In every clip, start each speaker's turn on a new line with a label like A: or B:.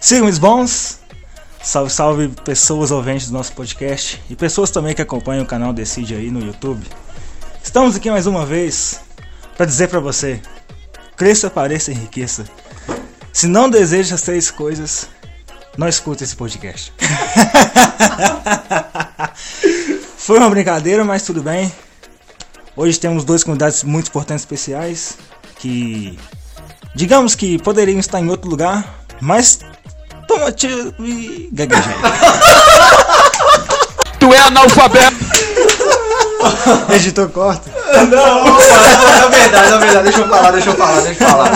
A: Sigam os bons. Salve, salve pessoas ouvintes do nosso podcast e pessoas também que acompanham o canal Decide aí no YouTube. Estamos aqui mais uma vez para dizer para você: cresça, pareça e enriqueça. Se não deseja as três coisas, não escuta esse podcast. Foi uma brincadeira, mas tudo bem. Hoje temos dois convidados muito importantes especiais que, digamos que poderiam estar em outro lugar, mas toma tiro e gaguejei.
B: Tu é analfabeto!
A: Editor corta.
C: Não, mano, na verdade, na verdade, deixa eu falar, deixa eu falar, deixa eu falar.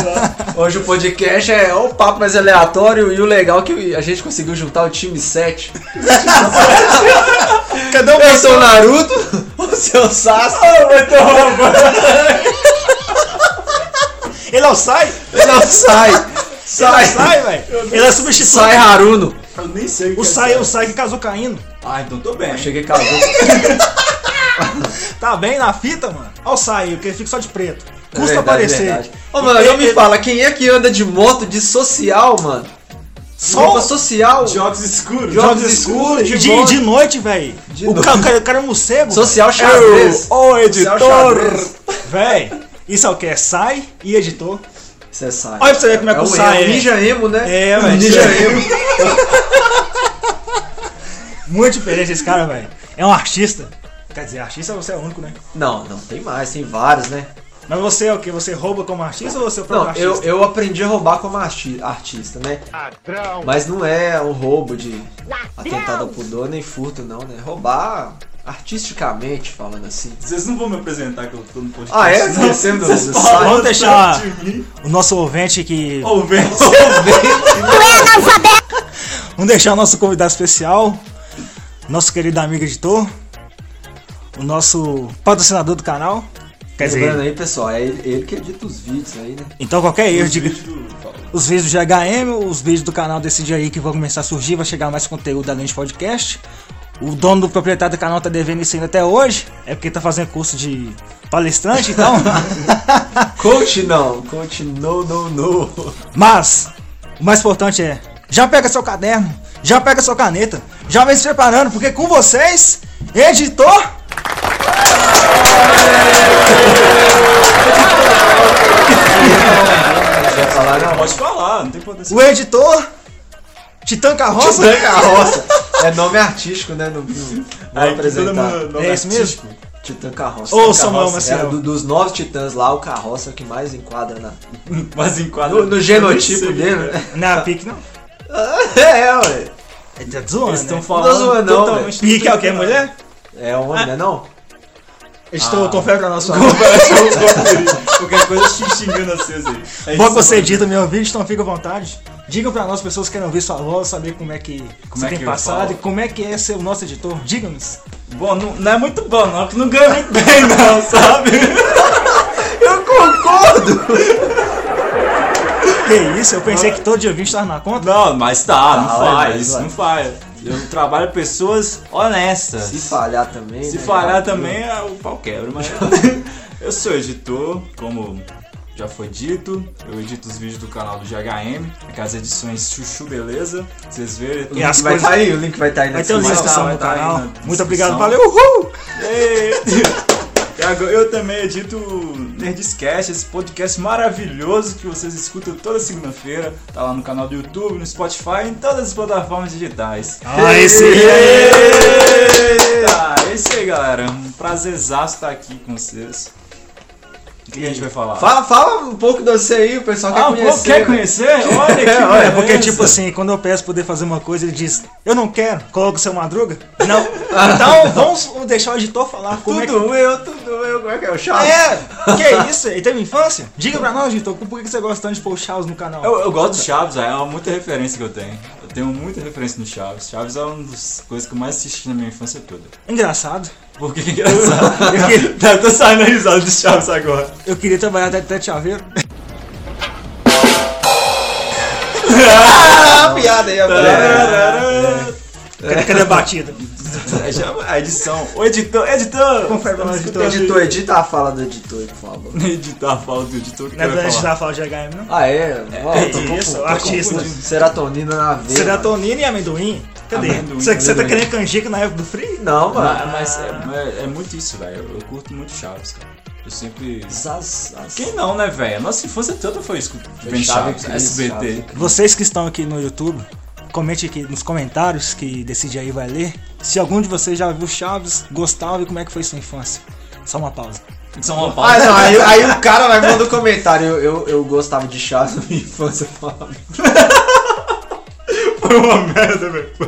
C: Hoje o podcast é o papo mais aleatório e o legal é que a gente conseguiu juntar o time 7.
A: Cadê o
C: Eu sou o Naruto, o seu Sasuke.
A: é Ele não sai?
C: Não, sai. Sai,
A: Ele não sai, velho. Ele é substituto.
C: Sai, Haruno.
D: Eu nem sei
A: O sai, o sai que casou caindo.
D: Ah, então tô bem.
C: Achei que acabou.
A: Tá bem na fita, mano? Olha o sai, que ele fica só de preto. Custa
C: Verdade,
A: aparecer.
C: verdade. Ô, mano, agora me fala, quem é que anda de moto de social, mano?
A: Só-
C: Roupa social?
D: Jogos escuros.
C: Jogos
A: Jogos
C: escuros,
A: escuros, de,
C: de noite.
A: de noite, velho. O
C: noite.
A: ca- o cara, o cara é morcego.
C: Social xadrez.
D: Ô,
C: Social
D: editor.
C: xadrez.
A: Velho, isso é o que? É sai e editor.
C: Isso é sai.
A: Olha pra você ver como é que
C: o
A: o sai
C: é o
A: é.
C: ninja emo, né?
A: É, velho.
C: Ninja emo.
A: Muito diferente esse cara, velho. É um artista. Quer dizer, artista você é o único, né?
C: Não, não, tem mais, tem vários, né?
A: Mas você é o quê? Você rouba como artista ou você é o próprio
C: Não,
A: artista?
C: eu, eu aprendi a roubar como arti- artista, né? Mas não é um roubo de atentado ao pudor nem furto, não, né? Roubar artisticamente, falando assim.
D: Vocês não vão me apresentar que eu tô no podcast.
C: Ah, é?
D: Não,
C: Você não-
D: vocês
C: você
D: falam
A: Vamos
C: Tá é
A: deixar-
D: tanto de mim.
A: O nosso ouvinte que.
D: Ô, velho.
A: Vamos deixar o nosso convidado especial, nosso querido amigo editor, o nosso patrocinador do canal. Quer
C: Lembrando
A: dizer,
C: aí, pessoal, é ele, ele que edita os vídeos aí, né?
A: então qualquer erro de.
D: Fala.
A: Os vídeos de HM, os vídeos do canal Decide Aí que vão começar a surgir, vai chegar mais conteúdo além de podcast. O dono do proprietário do canal tá devendo isso ainda até hoje, é porque tá fazendo curso de palestrante, então.
C: Coach não, coach no, no, no.
A: Mas, o mais importante é, já pega seu caderno, já pega sua caneta, já vem se preparando, porque com vocês, editor...
C: Quer falar, não?
D: Pode falar, não tem poder.
A: O editor Titã Carroça?
C: Titã Carroça. É nome artístico, né? Não, não- não
D: Aí,
C: apresentar.
D: todo mundo- nome
A: É esse
D: artístico.
C: Titã Carroça.
A: Ô,
C: Titã
A: Samuel
C: Carroça.
A: Maciel.
C: É, do- dos nove titãs lá, o Carroça é o que mais enquadra na,
D: Mas enquadra.
C: no, no genotipo
D: Sim,
C: dele.
D: velho.
C: né?
A: Não, é pique não.
C: é, ué.
A: É de zoando,
D: Eles estão
A: né?
D: falando
C: Não zoa não,
D: totalmente...
A: Pique é o que, mulher?
C: É homem, né? Não?
A: Editor,
C: Ah.
A: confere pra nossa
D: Qualquer coisa eu te xingando vocês aí. É
A: Bom que
D: isso,
A: você
D: mano.
A: edita meu vídeo, então fica à vontade. Diga pra nós, pessoas que querem ouvir sua voz, saber como é que você
D: é
A: tem
D: que eu
A: passado
D: falo?
A: e como é que é ser o nosso editor. Diga-nos.
D: Bom, não, não é muito bom, não, que não ganha muito bem, não, sabe?
C: Eu concordo!
A: Que isso, eu pensei que todo dia 20 estava na conta.
D: Não, mas tá, não
C: Tá,
D: falha,
C: vai, vai,
D: isso
C: vai.
D: não falha. Eu trabalho pessoas honestas.
C: Se
D: Se,
C: falhar também. né,
D: falhar
C: cara?
D: também, é o pau quebra, mas. eu sou editor, como já foi dito, eu edito os vídeos do canal do GHM, aquelas edições Chuchu Beleza, vocês verem.
A: E as
C: Vai
A: coisas.
C: tá aí, o link vai estar aí na
A: Vai ter um link
D: vai
A: na
D: tá,
A: descrição
D: vai
A: do
D: tá aí
A: canal.
D: na
A: Muito
D: descrição.
A: obrigado, valeu, uhul!
D: E agora, eu também edito o Nerdcast, esse podcast maravilhoso que vocês escutam toda segunda-feira. Tá lá no canal do YouTube, no Spotify, em todas as plataformas digitais.
A: Aí sim!
D: Eita! É isso aí, galera. Um prazerzaço estar aqui com vocês. O que a gente vai falar?
C: Fala, fala um pouco de você aí, o pessoal quer
D: ah, o
C: conhecer.
D: povo quer
C: né?
D: conhecer? Olha que
C: É,
A: É
D: beleza.
A: porque, tipo assim, quando eu peço pra poder fazer uma coisa, ele diz, eu não quero, coloca o seu madruga. Não.
D: Ah.
A: Então vamos deixar o editor falar como é que.
C: Tudo eu, tudo eu, como é que é o chato?
A: É, que isso? Ele teve infância? Diga pra nós, editor, por que que você gosta tanto de pôr o Charles no canal?
D: Eu, eu gosto do Chaves, é uma muita referência que eu tenho. Eu tenho muita referência no Chaves. Chaves é uma das coisas que eu mais assisti na minha infância toda.
A: Engraçado.
D: Porque que engraçado.
A: Eu, que-
D: Deve estar tá, saindo a risada do Chaves agora.
A: eu queria trabalhar até, até chaveiro.
C: ah, piada aí,
D: Tararara.
A: Cadê, cadê a batida?
D: É, já- A edição. O editor, É, editor!
A: Confere pra nós,
D: Escuta
C: O
A: editor.
C: editor, edita a fala do editor, por favor.
D: aí. Editar a fala do editor que
A: Não é
D: vai
A: pra gente
D: falar.
A: dar fala de HM, não?
C: Ah, é? Ó,
A: é
C: tô
A: isso,
C: confundindo, tô
A: artista.
C: confundindo. Serotonina na veia. mano.
A: Serotonina e amendoim? Cadê?
D: Amendoim,
A: você, você tá
D: amendoim.
A: querendo canjica na época do Free?
C: Não,
D: Ma-
C: mano.
D: Mas, é, é- é muito isso, velho. Eu, eu curto muito Chaves, cara. Eu sempre.
C: Zaz, zaz.
D: Quem não, né, velho? A nossa infância toda foi escu- vendo
C: Chaves,
D: Chaves,
C: Cris,
D: SBT.
C: Chaves, Cris.
A: Vocês que estão aqui no YouTube, comente aqui nos comentários que decide aí vai ler. Se algum de vocês já viu Chaves, gostava e como é que foi sua infância. Só uma pausa.
D: São uma pausa.
C: Ah, não, aí, aí o cara vai mandar um comentário. Eu, eu, eu gostava de Chaves na minha infância. fala.
D: foi uma merda, velho.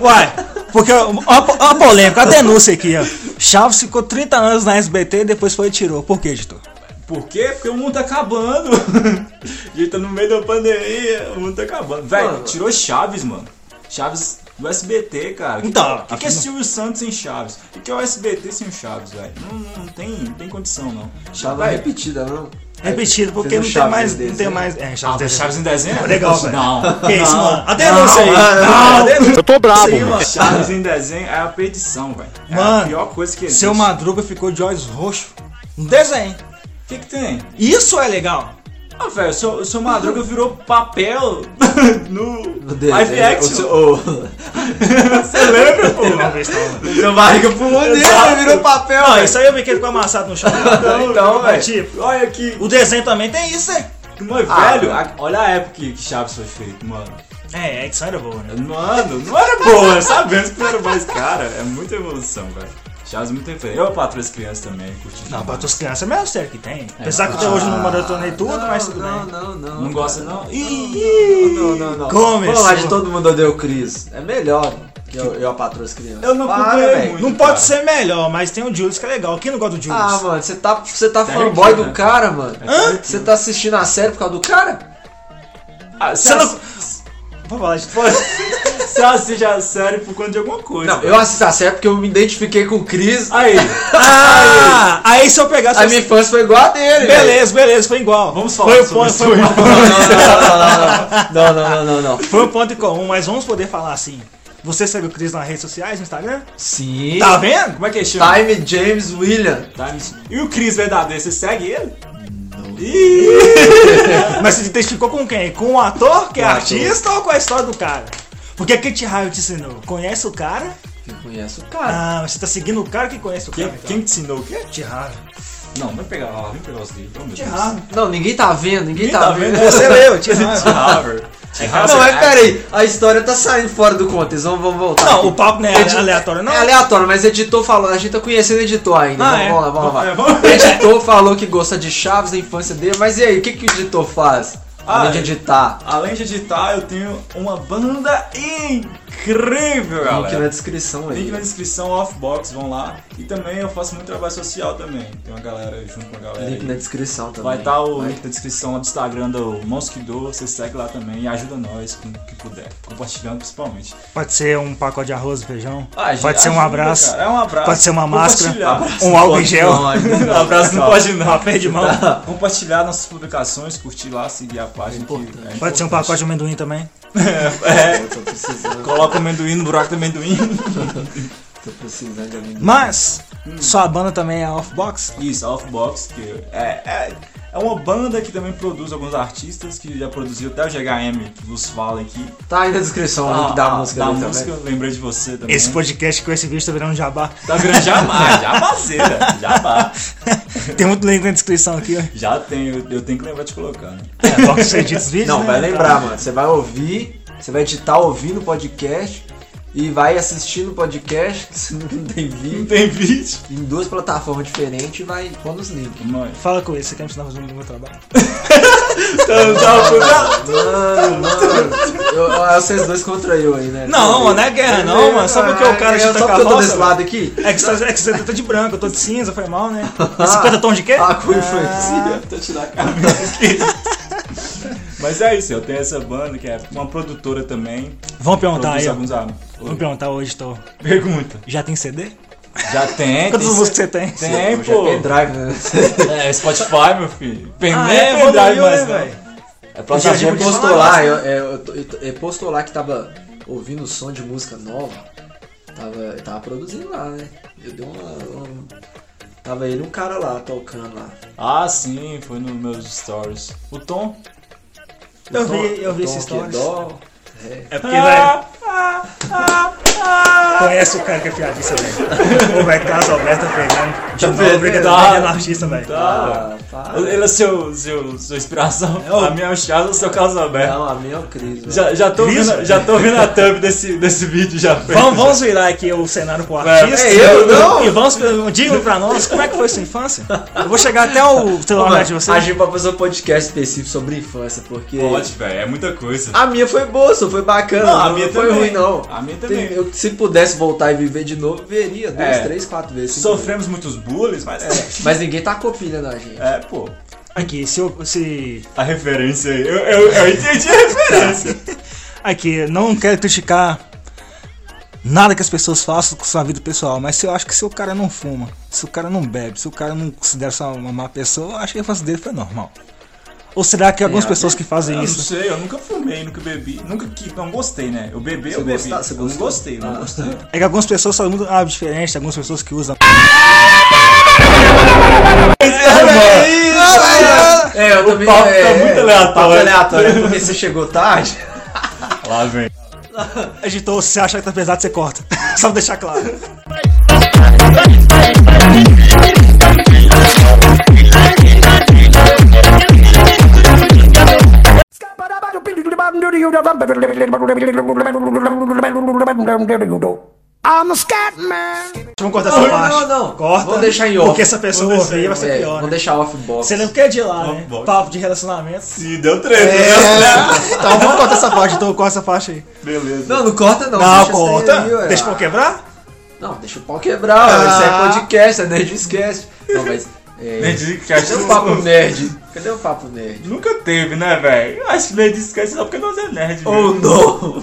A: Uai, porque ó, ó a polêmica, a denúncia aqui, ó. Chaves ficou 30 anos na SBT e depois foi e tirou. Por quê, editor?
D: Por quê? Porque o mundo tá acabando. A gente tá no meio da pandemia, o mundo tá acabando. Velho,
C: Mano.
D: tirou Chaves, mano. Chaves do SBT, cara.
A: Então,
D: o que,
A: aqui
D: que é
A: não-
D: Silvio Santos sem Chaves? O que é o SBT sem o Chaves, velho? Não, não, tem, não tem condição, não.
C: Chaves
D: Véi,
C: Tá repetida, não?
A: Repetido, porque
C: Fez um
A: não tem
C: Chaves
A: mais.
C: em
A: Não tem
C: desenho.
A: mais. É,
D: Ah,
A: Chaves.
D: mas Chaves em desenho?
A: Legal, velho.
D: Não.
A: Que isso,
D: não.
A: mano? A denúncia aí.
D: Não, não,
E: Eu tô brabo,
D: Sim,
E: mano.
D: mano. Chaves em desenho é a perdição, velho. É a
A: Mano,
D: pior coisa que existe.
A: Seu Madruga ficou de olhos roxos. Um desenho.
D: O que, que tem?
A: Isso é legal.
D: Ah, velho, seu, seu Madruga virou papel no,
C: No
D: live
C: desenho,
D: action.
C: o seu- o-
D: Você lembra, Então, pô?
C: Seu barriga pulou nele,
A: Exato.
C: virou papel.
A: Não,
C: velho.
A: isso aí eu vi que ele ficou amassado no chão.
D: Então,
A: Então,
D: velho,
A: é tipo.
D: olha que...
A: O desenho também tem isso, hein?
D: Mas,
C: Ah,
D: velho,
C: mano.
D: a- olha a época que que Chaves foi feito, mano.
A: É, a edição era boa, né?
D: Mano, não era boa, sabemos que não era mais cara. É muita evolução, velho. Chaves é muito referência. Eu patroa as crianças também, curti.
A: Não,
D: demais.
A: pra tuas crianças é a melhor série que tem. Apesar que até hoje eu não maratonei tudo,
C: não,
A: mas tudo
C: não,
A: bem.
C: não, não.
D: Não gosta, não? Ih,
C: Não, não, não.
A: Começou.
C: Vamos lá de todo mundo odeia o Cris. É melhor que eu, eu a patroa as crianças.
D: Eu não
C: Para,
D: acompanhei
C: velho.
D: muito.
A: Não
D: Cara.
A: pode ser melhor, mas tem o Julius que é legal. Quem não gosta do
C: Ah,
A: Julius?
C: mano, você tá, você tá
D: Sério
C: fanboy
D: que,
C: do
D: né?
C: cara, mano.
D: sério que,
C: Você tá assistindo a série por causa do cara?
D: ah,
A: Você
D: você
A: não- Vamos falar de fora.
D: Você assiste a série por conta de alguma coisa.
C: Não, eu assisto a série porque eu me identifiquei com o Cris.
D: Aí,
A: Ah, aí se eu pegar...
C: A minha infância foi igual a dele. velho.
A: Beleza, beleza, foi igual.
D: Vamos falar
A: foi o
D: sobre
A: ponto,
D: isso
A: foi,
D: aí.
A: o ponto-
C: Não, não, não, não, não.
A: foi o ponto em comum, mas vamos poder falar assim. Você segue o Cris nas redes sociais, no Instagram?
C: Sim.
A: Tá vendo?
D: como é que ele chama?
C: Time James William.
D: Times. E o Cris verdadeiro, você segue ele? Ih,
A: Mas você se identificou com quem? Com o ator que é
C: Com o
A: artista ou com a história do cara? Porque a Kit Raio te ensinou. Conhece o cara?
C: Eu conheço o cara.
A: Ah, mas você tá seguindo o cara que conhece o
D: quem,
A: cara. então.
D: quem te ensinou o quê?
A: Kit Raio.
D: Não, vem pegar lá, vem pegar os livros. Oh, meu
A: Kit
D: Deus.
A: Raio.
C: Não, ninguém tá vendo, ninguém,
D: Quem
C: tá, vendo.
A: Você leu, Kit
D: Te
A: Raio.
D: Harvard. Te Harvard.
C: Não, mas peraí, a história tá saindo fora do contexto, vamos, vamos voltar.
A: Não,
C: aqui.
A: o papo não é
C: Edi-
A: aleatório, não.
C: É aleatório, mas editor falou, a gente tá conhecendo editor ainda.
A: Ah,
C: vamos,
A: é.
C: vamos lá, vamos lá.
D: É, vamos-
C: Editor falou que gosta de Chaves da infância dele, mas e aí, o que, que o editor faz?
D: Ah,
C: Além de
D: é.
C: editar.
D: Além de editar, eu tenho uma banda incrível,
C: Link na
D: galera.
C: descrição aí.
D: é. Link na descrição, offbox, vão lá. E também eu faço muito trabalho social também. Tem uma galera junto com a galera.
C: Link
D: aí.
C: na descrição também.
D: Vai estar o link na descrição lá do Instagram do Mosquidor, você segue lá também e ajuda nós com o que puder, compartilhando principalmente.
A: Pode ser um pacote de arroz e feijão.
D: Ah, gente,
A: pode ser um
D: ajuda,
A: abraço.
D: cara, é um abraço.
A: Pode ser uma máscara.
D: Compartilhar. Um
A: Um álcool em gel.
C: Não, não.
D: abraço não pode não.
A: Pé de mão.
D: Compartilhar nossas publicações, curtir lá, seguir a página. que é
A: Pode ser um
D: importante.
A: pacote de amendoim também.
D: É,
C: Eu tô precisando,
D: coloca o amendoim no buraco do amendoim.
C: tô precisando de amendoim.
A: Mas, sua banda também é off-box?
D: Isso, a Offbox, que é, é, é uma banda que também produz alguns artistas, que já produziu até o GHM, que vos fala aqui. Ah,
C: Tá aí na descrição o link da música
D: da
C: ali
D: música,
C: também.
D: eu lembrei de você também.
A: Esse podcast com esse vídeo tá virando jabá.
D: Tá virando jabá, jabazeira, jabá.
A: Tem muito link na descrição aqui, ó.
D: Já tem, eu, eu tenho que lembrar de colocar, né?
A: É, logo que você edita os vídeos,
C: Não,
A: né?
C: vai lembrar, mano. Você vai ouvir, você vai editar ouvindo o podcast e vai assistir no podcast, que se não tem
D: Não
C: vídeo,
D: tem vídeo.
C: em duas plataformas diferentes e vai pôr nos links.
D: Mano,
A: Fala com ele, você quer me ensinar a fazer um meu trabalho?
D: então, tá,
C: Mano, mano. Eu, eu- vocês dois contra eu aí, né?
A: Não, mano, não é guerra não, mano. Só porque o cara
C: Eu-
A: chuta
C: Só
A: a
C: porque eu tô
A: carroça,
C: desse
A: velho.
C: lado aqui?
A: É que, você, é que você tá de branco, eu tô de cinza, foi mal, né? 50 tons de quê?
C: Ah, com É, influência.
D: Tô tirar a camisa aqui. Mas é isso, eu tenho essa banda que é uma produtora também.
A: Vamos perguntar
D: produz
A: Então, tá aí, ó.
D: alguns am-
A: Vamos perguntar hoje, tô.
D: Pergunta.
A: Já tem CD?
D: Já tem.
A: Quantas
D: tem-
A: músicas você tem?
D: Tem,
C: Já é
D: pô.
C: pendrive, né?
D: É, Spotify, meu filho. Pen
A: Ah,
D: nem
A: é,
D: é pendrive
A: evoluiu, né,
D: mais, não.
A: velho? é
C: A plataforma postou lá, eu, eu, eu, eu postou lá que tava ouvindo som de música nova. Tava, tava produzindo lá, né? Eu dei uma, uma- Tava ele e um cara lá tocando lá.
D: Ah, sim, foi nos meus stories. O Tom.
C: O
A: Eu vi- eu
C: o
A: vi
C: Tom
A: esses
C: que é
A: stories.
C: dó, é.
A: É porque, velho,
D: ah, ah, ah.
A: conhece o cara que é piadista, velho. Ô, velho, Carlos Alberto pegando. De novo,
C: vendo?
A: brigadeiro ele é artista, velho.
D: Tá.
C: Ah, para.
D: Ele é seu, seu, sua inspiração.
A: É o-
D: A minha é o Charles, o seu Carlos Alberto.
C: Não, a minha é o Cris. velho.
D: Já, já, tô
A: Cris,
D: vendo,
A: velho.
D: já tô vendo a thumb desse, desse vídeo já. feito.
A: Vamos, vamos virar aqui o cenário pro artista.
C: É, eu não.
A: E vamos, digam pra nós como é que foi sua infância. Eu vou chegar até o
C: Ô,
A: celular
C: mano,
A: de
C: A
A: vocês.
C: gente vai fazer um podcast específico sobre infância, porque.
D: Pode, velho, é muita coisa.
C: A minha foi boa, só foi bacana.
D: Não,
C: Não,
D: a minha
C: foi
D: também.
C: ruim, não.
D: A minha também.
C: Tem- Eu, se pudesse voltar e viver de novo, veria duas,
D: É.
C: três, quatro vezes. cinco
D: Sofremos muitos bullies, mas.
C: vezes. Mas é. ninguém tacou pilha na gente.
D: É, pô.
A: Aqui, se eu. Se...
D: A referência aí. Eu, eu, eu entendi a referência.
A: Aqui, não quero criticar nada que as pessoas façam com sua vida pessoal, mas se eu acho que se o cara não fuma, se o cara não bebe, se o cara não considera só uma má pessoa, eu acho que a infância dele foi normal. Ou será que algumas
C: a
A: pessoas que
D: Eu
A: fazem
D: não
A: isso.
D: sei, eu nunca fumei, nunca bebi. Nunca que. Não gostei, né? Eu bebi, eu bebi.
C: gostar- você
D: eu não
C: gostou?
D: gostei, eu não
C: Ah.
D: gostei.
A: É que algumas pessoas só mudam hábito diferente, tem algumas pessoas que usam.
C: É, eu também.
D: papo tá
C: é,
D: muito aleatório.
C: Papo aleatório, é porque você chegou tarde.
D: Lá vem.
A: Editor, se você acha que tá pesado, você corta. Só pra deixar claro.
F: I'm a scat man.
A: Vamos cortar essa
C: Não,
A: parte.
C: não, não.
A: Corta.
C: Vamos deixar em off.
A: Porque essa pessoa
D: Vamos deixar
A: ouvir
D: em
A: vai
D: off.
A: ser
C: É,
A: pior.
C: vamos
A: né?
C: deixar off-box.
A: Você lembra que é de lá, né?
D: Vamos embora.
A: Papo de relacionamento.
D: Se deu treta, né?
A: Então vamos cortar essa parte, então corta essa parte aí.
D: Beleza.
C: Não, não corta não.
A: Não,
C: deixa
A: corta.
C: Isso aí, ué.
A: Deixa eu quebrar?
C: Não, deixa o pau quebrar. ué. Isso
A: Ah.
C: é podcast, é nerd esquece. Não, mas. É... Cadê o papo nerd? Cadê o papo nerd?
D: Nunca teve, né, velho? Acho que nerd esquece só porque nós é nerd. É,
C: Oh, não!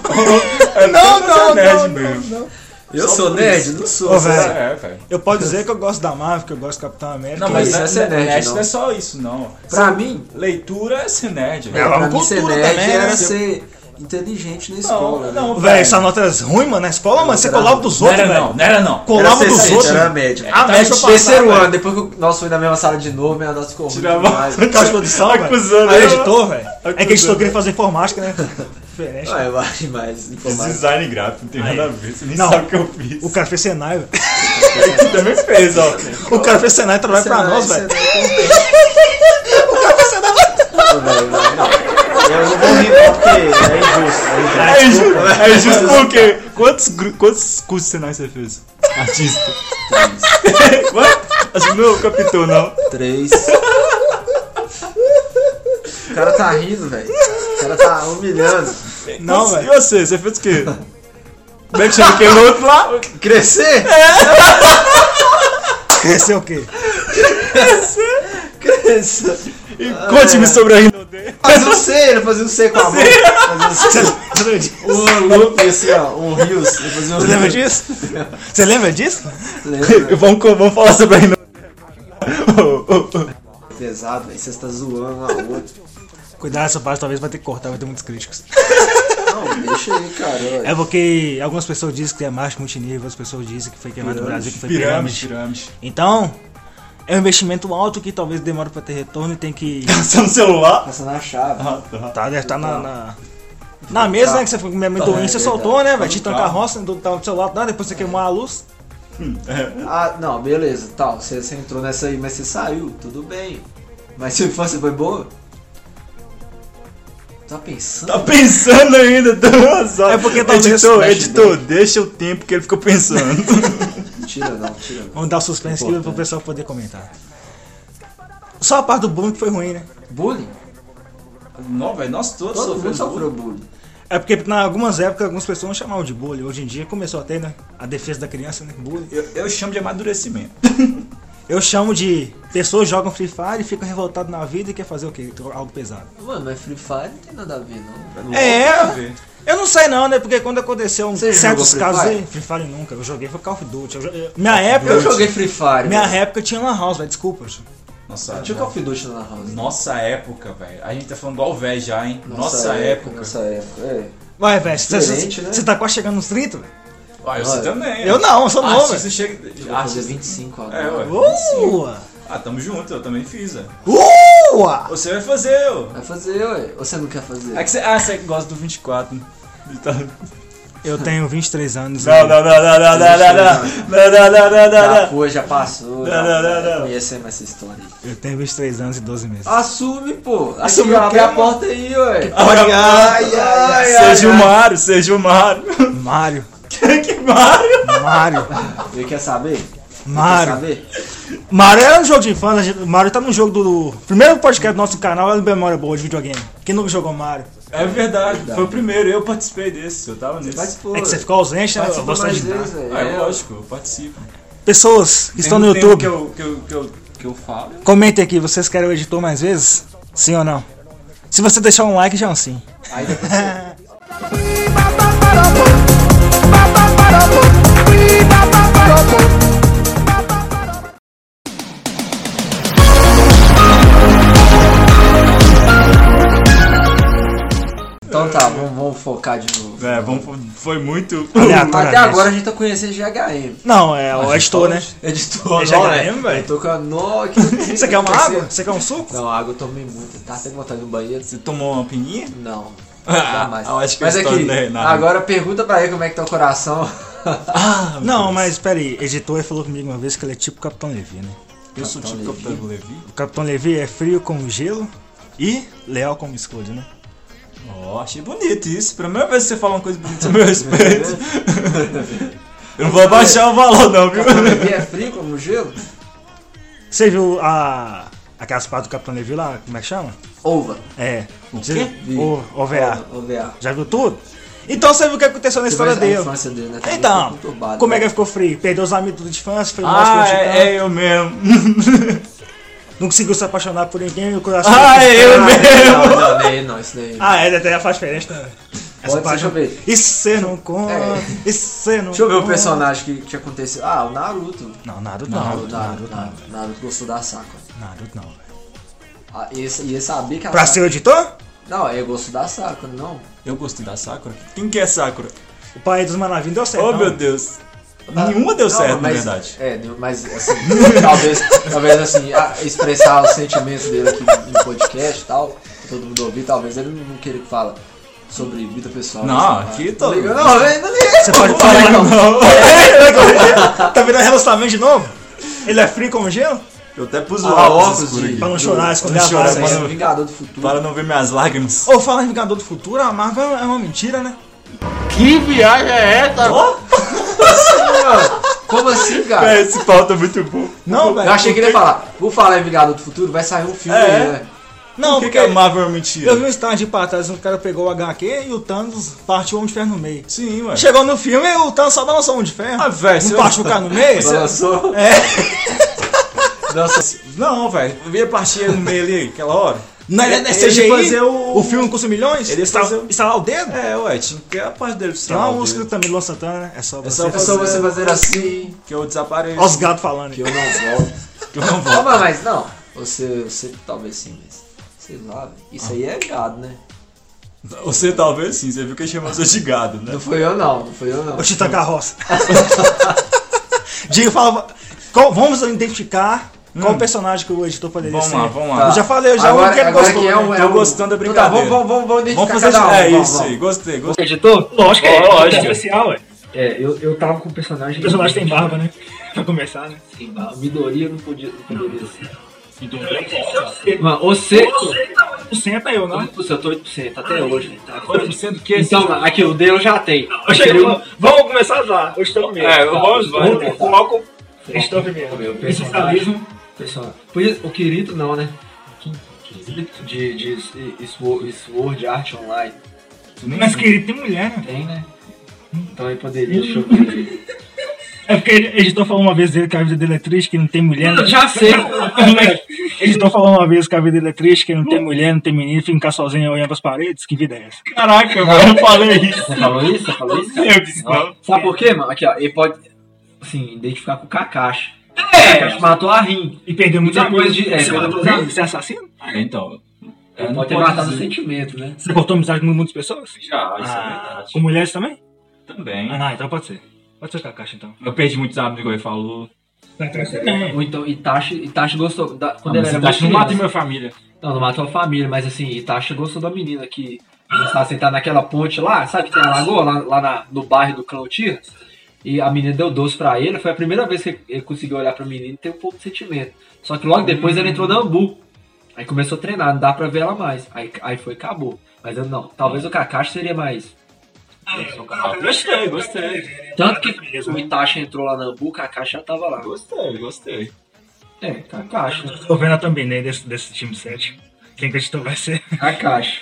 D: não,
A: não,
D: nerd
A: não,
D: mesmo.
C: Eu
D: Só
C: sou
D: por
C: nerd?
D: isso.
C: Não
A: Ô,
C: sou, você
A: velho.
C: sabe?
D: É, velho.
A: Eu posso dizer que eu gosto da Marvel, que eu gosto do Capitão América.
D: Não,
C: Que
D: mas
C: isso,
D: não
C: é ser nerd, não.
D: não. é só isso, não.
C: Pra mim,
D: Leitura é ser nerd,
A: É,
D: velho.
A: lá
C: pra
A: uma
C: mim ser
A: cultura
C: nerd
A: também,
C: era
A: né?
C: ser inteligente na escola. né?
D: não,
A: Velho, essa nota é ruim, mano. Na escola, mano, você
C: Era
A: colava
C: ruim.
A: dos
D: Não
A: outros,
D: era não,
A: velho.
D: não era não.
A: Colava
C: Era
A: dos
C: sexta,
A: outros.
C: Era a média.
A: A
C: Tá,
A: média
C: no
A: eu
C: terceiro
A: passava, né?
C: ano, depois que o nosso foi na mesma sala de novo, minha nota ficou ruim.
D: Tirava-
C: demais.
A: velho. Caixa de produção,
D: Acusando,
A: velho. Aí
D: né?
A: editor, velho. É que editor
D: Acusando.
A: queria fazer informática, né? Diferente.
C: Ah, eu acho demais informática.
D: Design gráfico, não tem
A: Aí.
D: nada a ver. Você nem
A: Não.
D: sabe o que eu fiz.
A: O cara fez Senai, velho.
D: Você também fez, ó.
A: O cara fez Senai e trabalha pra
C: é
A: nós, velho.
C: Ô, velho, não, não. Eu não vou rir não, porque é injusto, é injusto.
D: É justo, é justo porque. Quantos, gru- quantos cursos de Senai você fez? Artista. Quanto? Acho que não captou, não.
C: Três. O cara tá rindo, velho. O cara tá humilhando.
A: Não,
D: Quantos-
A: velho.
D: E você? Você fez o quê? Como é que chama aquele outro lá?
C: Crescer?
A: Cresceu é o quê?
C: Crescer.
D: Conte-me sobre a Rino
C: Fazia um C, ele fazia um C com a mão. Fazia um C. Um loop assim, ó. Um rios. Ele fazia um
A: Você lembra disso? Você lembra disso?
C: Lembra?
D: Vamos, co- vamos falar sobre a Rino
C: Pesado, velho. Você tá zoando um ao outro.
A: Cuidado, essa parte talvez vai ter que cortar, vai ter muitos críticos.
C: Não, deixa aí, cara. tá
A: É porque algumas pessoas dizem que é marcha multinível, outras pessoas dizem que foi queimado no Brasil, que foi pirâmide.
D: pirâmide.
A: Então, é um investimento alto que talvez demore pra ter retorno e tem que.
D: Você é no celular?
C: Passando a chave.
D: Ah.
A: Tá, deve estar na. na... Na mesa, né? Que você foi comer amendoim,
C: É
A: você
C: verdade.
A: soltou, né, velho?
D: Tá
A: Te
D: no
A: tancar a
D: carro.
A: roça, não tava no celular, nada, depois você queimou a luz.
C: Ah, não, beleza, tal. Você, você entrou nessa aí, mas você saiu, tudo bem. Mas sua infância foi boa? Tá pensando?
D: Tá pensando ainda, dando azar.
A: É porque talvez-
D: editor,
C: Flashback.
D: editor, deixa o tempo que ele ficou pensando.
C: Tira não, tira não.
A: Vamos dar o suspense aqui pro
C: Importante.
A: pessoal poder comentar. Só a parte do boom que foi ruim, né?
C: Bullying?
D: Não, velho, nós todos
C: Todo mundo sofreu bullying.
A: É porque em algumas épocas algumas pessoas não chamavam de bullying. Hoje em dia começou a ter, né? A defesa da criança, né? Bullying.
D: Eu, eu chamo de amadurecimento.
A: Eu chamo de pessoas jogam Free Fire e ficam revoltadas na vida e quer fazer o quê? Algo pesado.
C: Mano, mas Free Fire não tem nada a ver, não. Pra mim.
A: É, eu não sei não, né? Porque quando aconteceu um
C: Você
A: certos
C: jogou Free
A: casos
C: Fire?
A: aí. Free Fire nunca, eu joguei foi Call of Duty. eu jo- eu- minha época.
C: Eu joguei Free Fire.
A: Minha
C: mano.
A: época tinha Lan House, velho, desculpa. gente.
D: Nossa,
C: Tinha o Call of Duty na House.
D: nossa época, velho. A gente tá falando do Alvé já, hein? Nossa, época.
C: Nossa época, é.
A: Vai, velho, você
C: Diferente, né?
A: você tá quase chegando nos 30, velho.
D: Ah, eu sei
C: Olha,
D: também.
A: eu não, eu sou novo,
D: Artista chega...
C: Eu vou fazer
D: Artista...
C: 25 agora.
D: É, ué.
A: Ua!
D: Ah, tamo junto, eu também fiz, velho.
A: Ua!
D: Você vai fazer, eu.
C: Vai fazer, ué. Ou Você não quer fazer?
D: É que você... Ah, você gosta do 24, né? Tá-
A: Eu tenho 23 anos.
D: Não, não, não, não, não, não, não, não, não, não, não,
C: já
D: não, não, não.
C: foi, já passou.
D: Não, não, não, não.
C: Conhecemos essa história aí.
A: Eu tenho 23 anos e 12 meses.
C: Assume, pô.
D: Assume
C: Assume,
D: o
C: abre
D: quê,
C: a
D: mano?
C: porta aí, ué.
D: Olha,
C: Ai, ai, ai,
D: Seja o Mário, seja o Mário.
A: um Mário, um
D: Que Mário?
A: Mário,
C: Ele quer saber?
A: Mário.
C: Quer saber?
A: Mario era um jogo de infância, a gente- Mario tá no jogo do. Primeiro podcast do nosso canal é do Memória Boa de videogame. Quem nunca jogou Mario?
D: É verdade, foi o primeiro, eu participei desse, eu tava nesse.
C: Participou.
A: É que você ficou ausente, né?
C: Ah,
A: Você
C: eu
A: gostou
C: vou
A: de
C: mais
A: nada.
C: vezes, velho.
D: Ah, é
C: É.
D: lógico, eu participo.
A: Pessoas que estão
D: Tem
A: no
D: um tempo
A: YouTube,
D: Que eu, que, eu, que, eu, que eu falo.
A: comentem aqui, vocês querem o editor mais vezes? Sim ou não? Se você deixar um like, já é um sim.
C: Aí depois você- Então tá, vamos, vamos focar de novo.
D: É, vamos, foi muito.
A: Aleatoriamente.
C: Até agora a gente tá conhecendo GHM.
A: Não, é o editor, né?
D: É
C: Editor,
A: Ele já
C: não,
A: ganhou,
C: né?
A: velho.
C: Eu tô com a Nokia.
A: Você quer uma
C: Pensei-
A: água? Você quer um suco?
C: Não, água eu tomei muito. Tá até com vontade no banheiro?
D: Você tomou uma pininha?
C: Não.
D: Ah,
C: Jamais.
D: eu acho que
C: Mas
D: eu estou,
C: aqui,
D: né, Renato?
C: agora pergunta pra ele como é que tá o coração.
D: Ah,
A: Não, mas peraí, editor ele falou comigo uma vez que ele é tipo o Capitão Levi, né?
D: Eu sou tipo
C: Capitão
D: Capitão Levi.
A: O Capitão Levi é frio como gelo e leal como escudo, né?
D: Ó, achei bonito isso. Primeira vez que você fala uma coisa bonita a meu respeito. eu não vou abaixar o valor, não, viu?
C: Capitão Levi é frio como gelo?
A: Você viu a. aquelas partes do Capitão Levi lá, como é que chama?
C: Ova.
A: É. O
D: quê?
A: O, OVA.
C: Ova, OVA.
A: Já viu tudo? Então você viu o que aconteceu na história
C: Mas a
A: dele.
C: infância dele, né, também
A: Então,
C: foi conturbada,
A: como é que
C: né?
A: ele ficou frio? Perdeu os amigos de infância, foi um mal
D: Ah, é, é eu mesmo.
A: Não conseguiu se apaixonar por ninguém, o coração.
D: Ah, é eu mesmo.
C: Não, não, daí não, isso daí.
A: Ah, é, até faz diferença também.
C: Pode ser, deixa eu ver.
A: Isso você não conta.
C: É.
A: Isso você não
C: Deixa eu ver o
A: conta.
C: personagem que, que aconteceu. Ah, o Naruto.
A: Não, Naruto
C: O
A: não.
C: Naruto,
A: Naruto, Naruto,
C: Naruto, Naruto gostou da Sakura.
A: não. Naruto não, velho.
C: Ah, e esse- e ele sabia que a
A: Pra ser
C: Sakura...
A: o editor?
C: Não, ele gostou da Sakura, não.
D: Eu gostei da Sakura. Quem que é Sakura?
A: O pai dos Manavinhos deu certo.
D: Oh,
A: não.
D: meu Deus.
C: Ah,
D: Nenhuma deu
C: não,
D: certo,
C: mas-
D: na verdade.
C: É, nenhum- mas assim, talvez, talvez assim, a- expressar os sentimentos dele aqui no podcast e tal, pra todo mundo ouvir, talvez ele não queira que fala sobre vida pessoal.
D: Não,
C: assim,
D: aqui
C: tá?
D: tô-
C: Não, liga, não, velho, não liga.
A: Você tá pode falar. Não. tá virando relacionamento de novo? Ele é frio como gelo?
D: Eu até pus o
C: Ah,
D: óculos
C: óculos
D: escuro
C: de-
D: aqui.
A: Pra não
C: Do-
A: chorar, esconder
D: pra
A: a
D: não chorar,
A: base.
C: Esse
D: mas-
C: é o Vingador do Futuro.
D: Para não ver minhas lágrimas.
A: Ou falar em Vingador do Futuro, a Marvel é uma mentira, né?
C: Como assim, cara?
D: É, esse pau tá muito bom.
A: Não, velho.
C: Eu achei que ele ia falar, vou falar em Vingador do Futuro, vai sair um filme
D: É.
C: aí, né?
A: Não,
D: Por
A: porque
D: que, que a Marvel é uma mentira?
A: eu vi um estágio pra trás, um cara pegou o HQ e o Thanos partiu o Homem de Ferro no meio.
D: Sim, ué.
A: Chegou no filme e o Thanos só balançou o Homem de Ferro.
D: Ah, velho,
A: Não
D: você-
A: partiu o cara no meio?
C: Balançou. Nossa,
D: Não, velho. Eu ia partir no meio ali, aquela hora.
A: Não, ele, é
D: Ele ia
A: CGI?
D: fazer o-
A: o... filme custa milhões?
D: Ele ia
A: Instalar-
D: fazer o-
A: instalar o dedo?
D: É, ué, tinha que a parte
A: Tem uma
D: dele precisava.
A: música também do Luan Santana, né? É só você.
D: só
C: é só você fazer assim
D: Que eu desapareço.
A: Olha os gatos falando.
C: que eu não volto.
D: Que eu não
C: Não,
D: volto.
C: mas, mas não. Você, você talvez sim, mas. Sei lá, velho. Isso aí é gado, né?
D: Você talvez sim, você viu que ele chamou você de gado, né?
C: Não foi eu não, não foi eu não.
A: O Tita Carroça. Diego fala. qual- vamos identificar qual personagem que o editor poderia
D: Vamos
A: ser.
D: lá, vamos lá.
A: Eu já falei, eu já um
C: agora,
A: que ele
C: agora
A: gostou.
C: quem é
A: né?
C: um,
D: Tô gostando da
C: Então,
D: brincadeira.
C: tá, vamos, vamos, vamos
D: Vamos
C: identificar
D: fazer.
C: cada um.
D: é
C: vamos,
D: isso
C: vamos.
D: aí, gostei, gostei.
G: Editor? Lógico, é, lógico. especial, é.
H: É, eu, eu tava com o personagem.
G: O personagem tem barba, né? Pra começar, né?
H: Tem barba. Midoriya não podia, não poderia ser.
G: Você
H: Mano, você.
G: tá 8% aí, eu não?
H: Nossa, eu tô 8% até hoje. né? Tá?
G: 8% do que?
H: Então, mano, aqui, o D eu já tenho.
G: Eu cheguei, vamos, vamos começar já. Hoje estamos mesmo.
H: É, vamos, vamos.
G: Vamos com o álcool. Estou
H: Meu
G: primeiro.
H: personagem.
G: Especialismo.
H: personagem. Pois, o Kirito não, né? Kirito de, de, de Sword, Sword Art Online.
G: Mas querido, tem mulher, né?
H: Tem, né? Então ele poderia. Deixa eu ver.
G: É porque o editor falou uma vez dele que a vida dele é triste, que não tem mulher. né?
H: Já sei!
G: O editor falou uma vez que a vida dele é triste, que não tem mulher, não tem menino, ficar sozinho olhando as paredes. Que vida é essa? Caraca, velho, eu falei isso.
H: Você falou isso? Você falou isso?
G: Eu disse,
H: Ó,
G: não.
H: Sabe por quê, mano? Aqui, ó, ele pode, assim, identificar com o Kakashi.
C: É, matou a Rin.
A: E perdeu muita
C: Depois
A: coisa.
C: de- é,
A: você,
C: perdeu
A: matou
C: muitos
A: amigos,
C: amigos.
A: você é assassino?
D: É, então. É,
C: Ele
D: não
C: pode ter
D: pode
C: matado o
D: dizer.
C: sentimento, né?
A: Você cortou amizade com muitas pessoas?
D: Já, isso é
A: Ah,
D: verdade.
A: Com mulheres também?
D: Também.
A: Ah, então pode ser. Pode ser com a caixa, então.
D: Eu perdi muitos hábitos, igual ele falou.
C: Ou então Itachi, Itachi gostou. Da,
D: Ah,
C: quando ele
D: mas
C: era
D: eu acho que
C: muito
D: É. não matei
C: criança.
D: minha família.
C: Não, não matou a família, mas assim, Itachi gostou da menina que começava a sentar naquela ponte lá, sabe que tem a lagoa lá, lá na- no bairro do Clã Tiras? E a menina deu doce pra ele, foi a primeira vez que ele conseguiu olhar pra menina e ter um pouco de sentimento. Só que logo depois ele entrou na Ambu. Aí começou a treinar, não dá pra ver ela mais. Aí, aí foi, acabou. Mas eu não, talvez o Kakashi seria mais.
D: Gostei, gostei.
C: Tanto que o Itachi entrou lá na Ambu, o Kakashi já tava lá.
D: Gostei, gostei.
C: É, Kakashi, né?
A: Tô vendo a thumbnail desse, desse time 7. Quem acreditou vai ser.
C: Kakashi.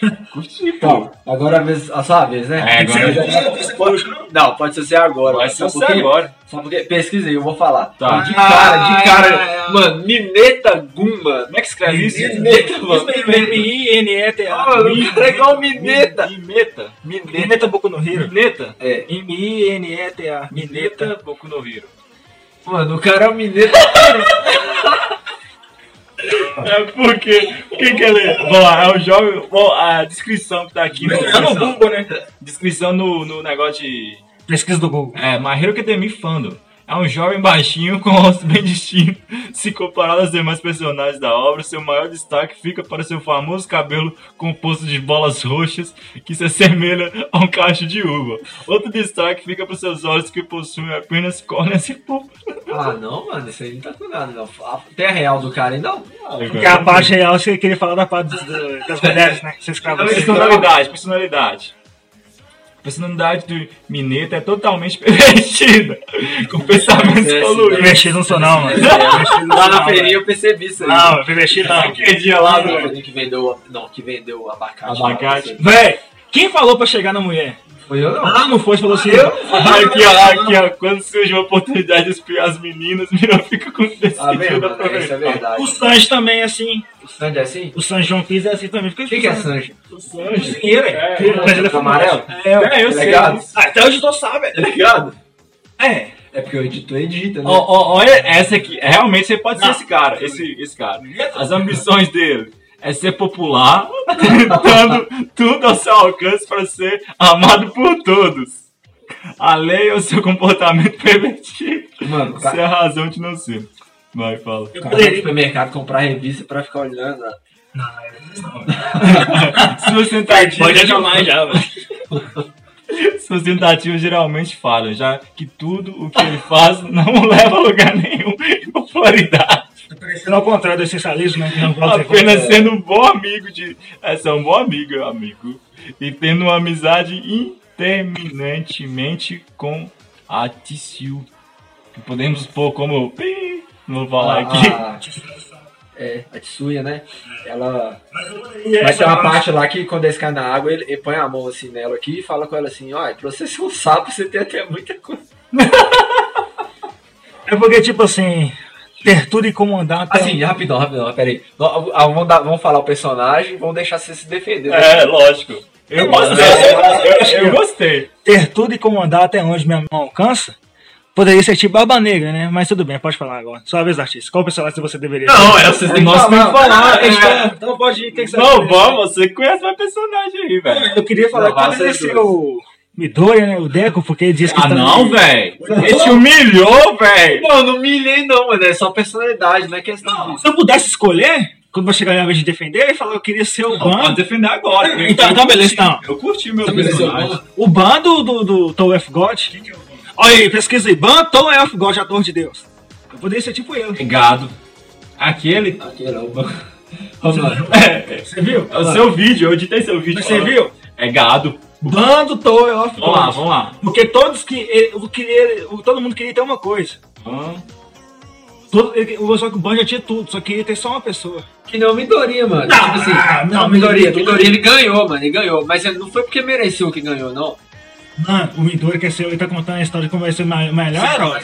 C: Bom, agora a vez, a sua vez, né?
D: É, agora-
C: Pode- Não, pode ser você agora.
D: Vai
C: Só
D: ser você
C: porque-
D: agora.
C: Só porque pesquisei, eu vou falar.
D: Tá.
C: De cara, de cara. Mano, Nineta Gumba.
D: Como é que escreve isso?
C: Nineta, mano.
A: M-I-N-E-T-A.
C: Mano, o cara é igual Mineta.
D: Mineta.
A: Mineta Boku no Hero.
D: Mineta.
C: É.
A: M-I-N-E-T-A.
D: Mineta Boku no Hero.
C: Mano, o cara é o Mineta.
D: É porque. Quem quer ler? Vamos lá, é o jogo. Bom, a descrição que tá aqui. né? Descrição no, no negócio de.
A: Pesquisa do Google.
D: É, My Hero Academia Fandom. É um jovem baixinho com rosto bem distinto. Se comparado aos demais personagens da obra, seu maior destaque fica para seu famoso cabelo composto de bolas roxas que se assemelha a um cacho de uva. Outro destaque fica para seus olhos que possuem apenas córneas e púrpura.
C: Ah, não, mano, isso aí não tá com nada, não. A- Tem a real do cara aí, não.
D: É,
A: Porque é a parte real você queria falar da parte dos- do- das mulheres, né? Que Você escrava
D: Personalidade, personalidade. A personalidade do Mineta é totalmente pervertida, com pensamentos
C: Acontece,
D: poluídos.
A: Mexido né? não sou
D: é,
A: não, mano. Mexido não
C: Lá
A: sou
C: na
A: não,
C: feirinha
A: velho.
C: eu percebi isso aí.
D: Ah,
A: Não, mexido não.
D: Aquele dia lá
C: Na
D: do
C: feirinha que vendeu, não, que vendeu abacate.
D: ah, é. abacate.
A: Véi, quem falou pra chegar na mulher?
C: Foi eu, não.
A: Ah, não foi, falou assim.
D: Aqui, ó, aqui, ó. Quando surge uma oportunidade de espiar as meninas, Mirão fica com
C: Ah, mesmo,
D: decidido
C: mano, isso é
D: aproveitar.
C: verdade.
A: O Sanji também é assim.
C: O Sandy é assim?
A: O Sanji João Pisa é assim também. Fica
C: O que, que é Sanji?
A: Cozinheira.
D: É,
A: Mas ele é
C: Amarelo?
A: É,
D: É, eu
C: Tá
D: sei.
C: ligado?
A: Ah, Até hoje eu tô sabe.
C: Tá ligado?
A: É.
C: É porque eu edito e digita, né?
D: Ó, ó, Olha, essa aqui. Realmente você pode ser esse cara. Esse, esse cara.
C: é
D: As ambições dele. É ser popular, tentando tudo ao seu alcance para ser amado por todos. Além ao seu comportamento pervertido.
C: Mano, o
D: Isso é
C: cara
D: a razão de não ser. Vai, fala.
A: Eu
C: vai no
A: poderia.
C: supermercado comprar revista pra ficar olhando. né?
A: Não, é isso não.
D: Suas tentativas.
A: Pode jamais já, velho.
D: Suas tentativas geralmente falham, já que tudo o que ele faz não leva a lugar nenhum em popularidade.
A: Parecendo ao contrário do essencialismo, né? que Não pode ser
D: Apenas sendo um bom amigo de. É só um bom amigo, amigo. E tendo uma amizade interminantemente com a Tissu. Que podemos pôr como. Pi, Não vou falar aqui.
C: A, Ah, é, a Tsuya, né? Ela.
A: E
C: Mas
A: essa
C: tem uma
A: parte-
C: parte lá que quando eles caem na água, ele, ele põe a mão assim nela aqui e fala com ela assim: Ó, pra você ser um sapo, você tem até muita coisa.
A: É porque, tipo assim, ter tudo e comandar. até-
C: Assim, rapidão, rapidão, peraí. Nó- ah, Vamos, dar- vamos falar o personagem vamos deixar você se defender. né?
D: É, lógico. Eu gostei. Eu, eu gostei.
A: ter tudo e comandar até onde minha mão alcança. Poderia ser tipo Barba Negra, né? Mas tudo bem, pode falar agora. Sua vez, artista. Qual personagem você deveria ser?
D: é vocês têm que
A: Ah, então- Então pode ir. Quem que você
D: Não,
A: vai ser?
D: vamos, você conhece meu personagem aí, velho.
A: Eu queria falar
C: Não,
A: que
C: vai
A: poderia
C: ser
A: ser
C: dois.
A: o Midoriya, né? O Deco, porque ele disse que
D: Ah,
A: está-
D: não, velho. Ele te humilhou, velho.
C: Não, não humilhei não, mano. É só personalidade, não é questão disso.
A: Se eu pudesse escolher, quando vai chegar a minha vez de defender, eu ia falar que eu queria ser o
D: Vamos
A: Ban.
D: defender agora. Eu-
A: Então,
D: eu
A: então beleza,
D: curti-
A: então.
D: Eu curti meu
C: beleza,
D: personagem.
A: O Ban do, do, do Tom F. God. Olha aí, pesquisa aí. Ban, Tom F. God, ator de Deus. Eu poderia ser tipo ele.
D: Gado. Aquele.
C: Aquele é o banco. Vamos lá.
D: É,
A: Você viu?
D: é o seu vídeo, eu editei seu vídeo.
A: Mas você
D: falando.
A: viu?
D: É gado.
A: Ban do Tom F.
D: Vamos lá,
A: God.
D: vamos lá.
A: Porque todos que. ele- o que ele- o- todo mundo queria ter uma coisa.
D: Vamos.
A: Todo, ele- só que o Ban já tinha tudo, só queria ter só uma pessoa.
C: Que nem o Midoriya, mano.
A: Não,
C: tipo assim,
A: ah, não,
C: não, Midoriya, Midoriya, ele ganhou, mano, ele ganhou. Mas ele não foi porque mereceu que ganhou, não.
A: Mano, o Midori quer ser. Ele tá contando a história de como vai ser o ma- melhor herói.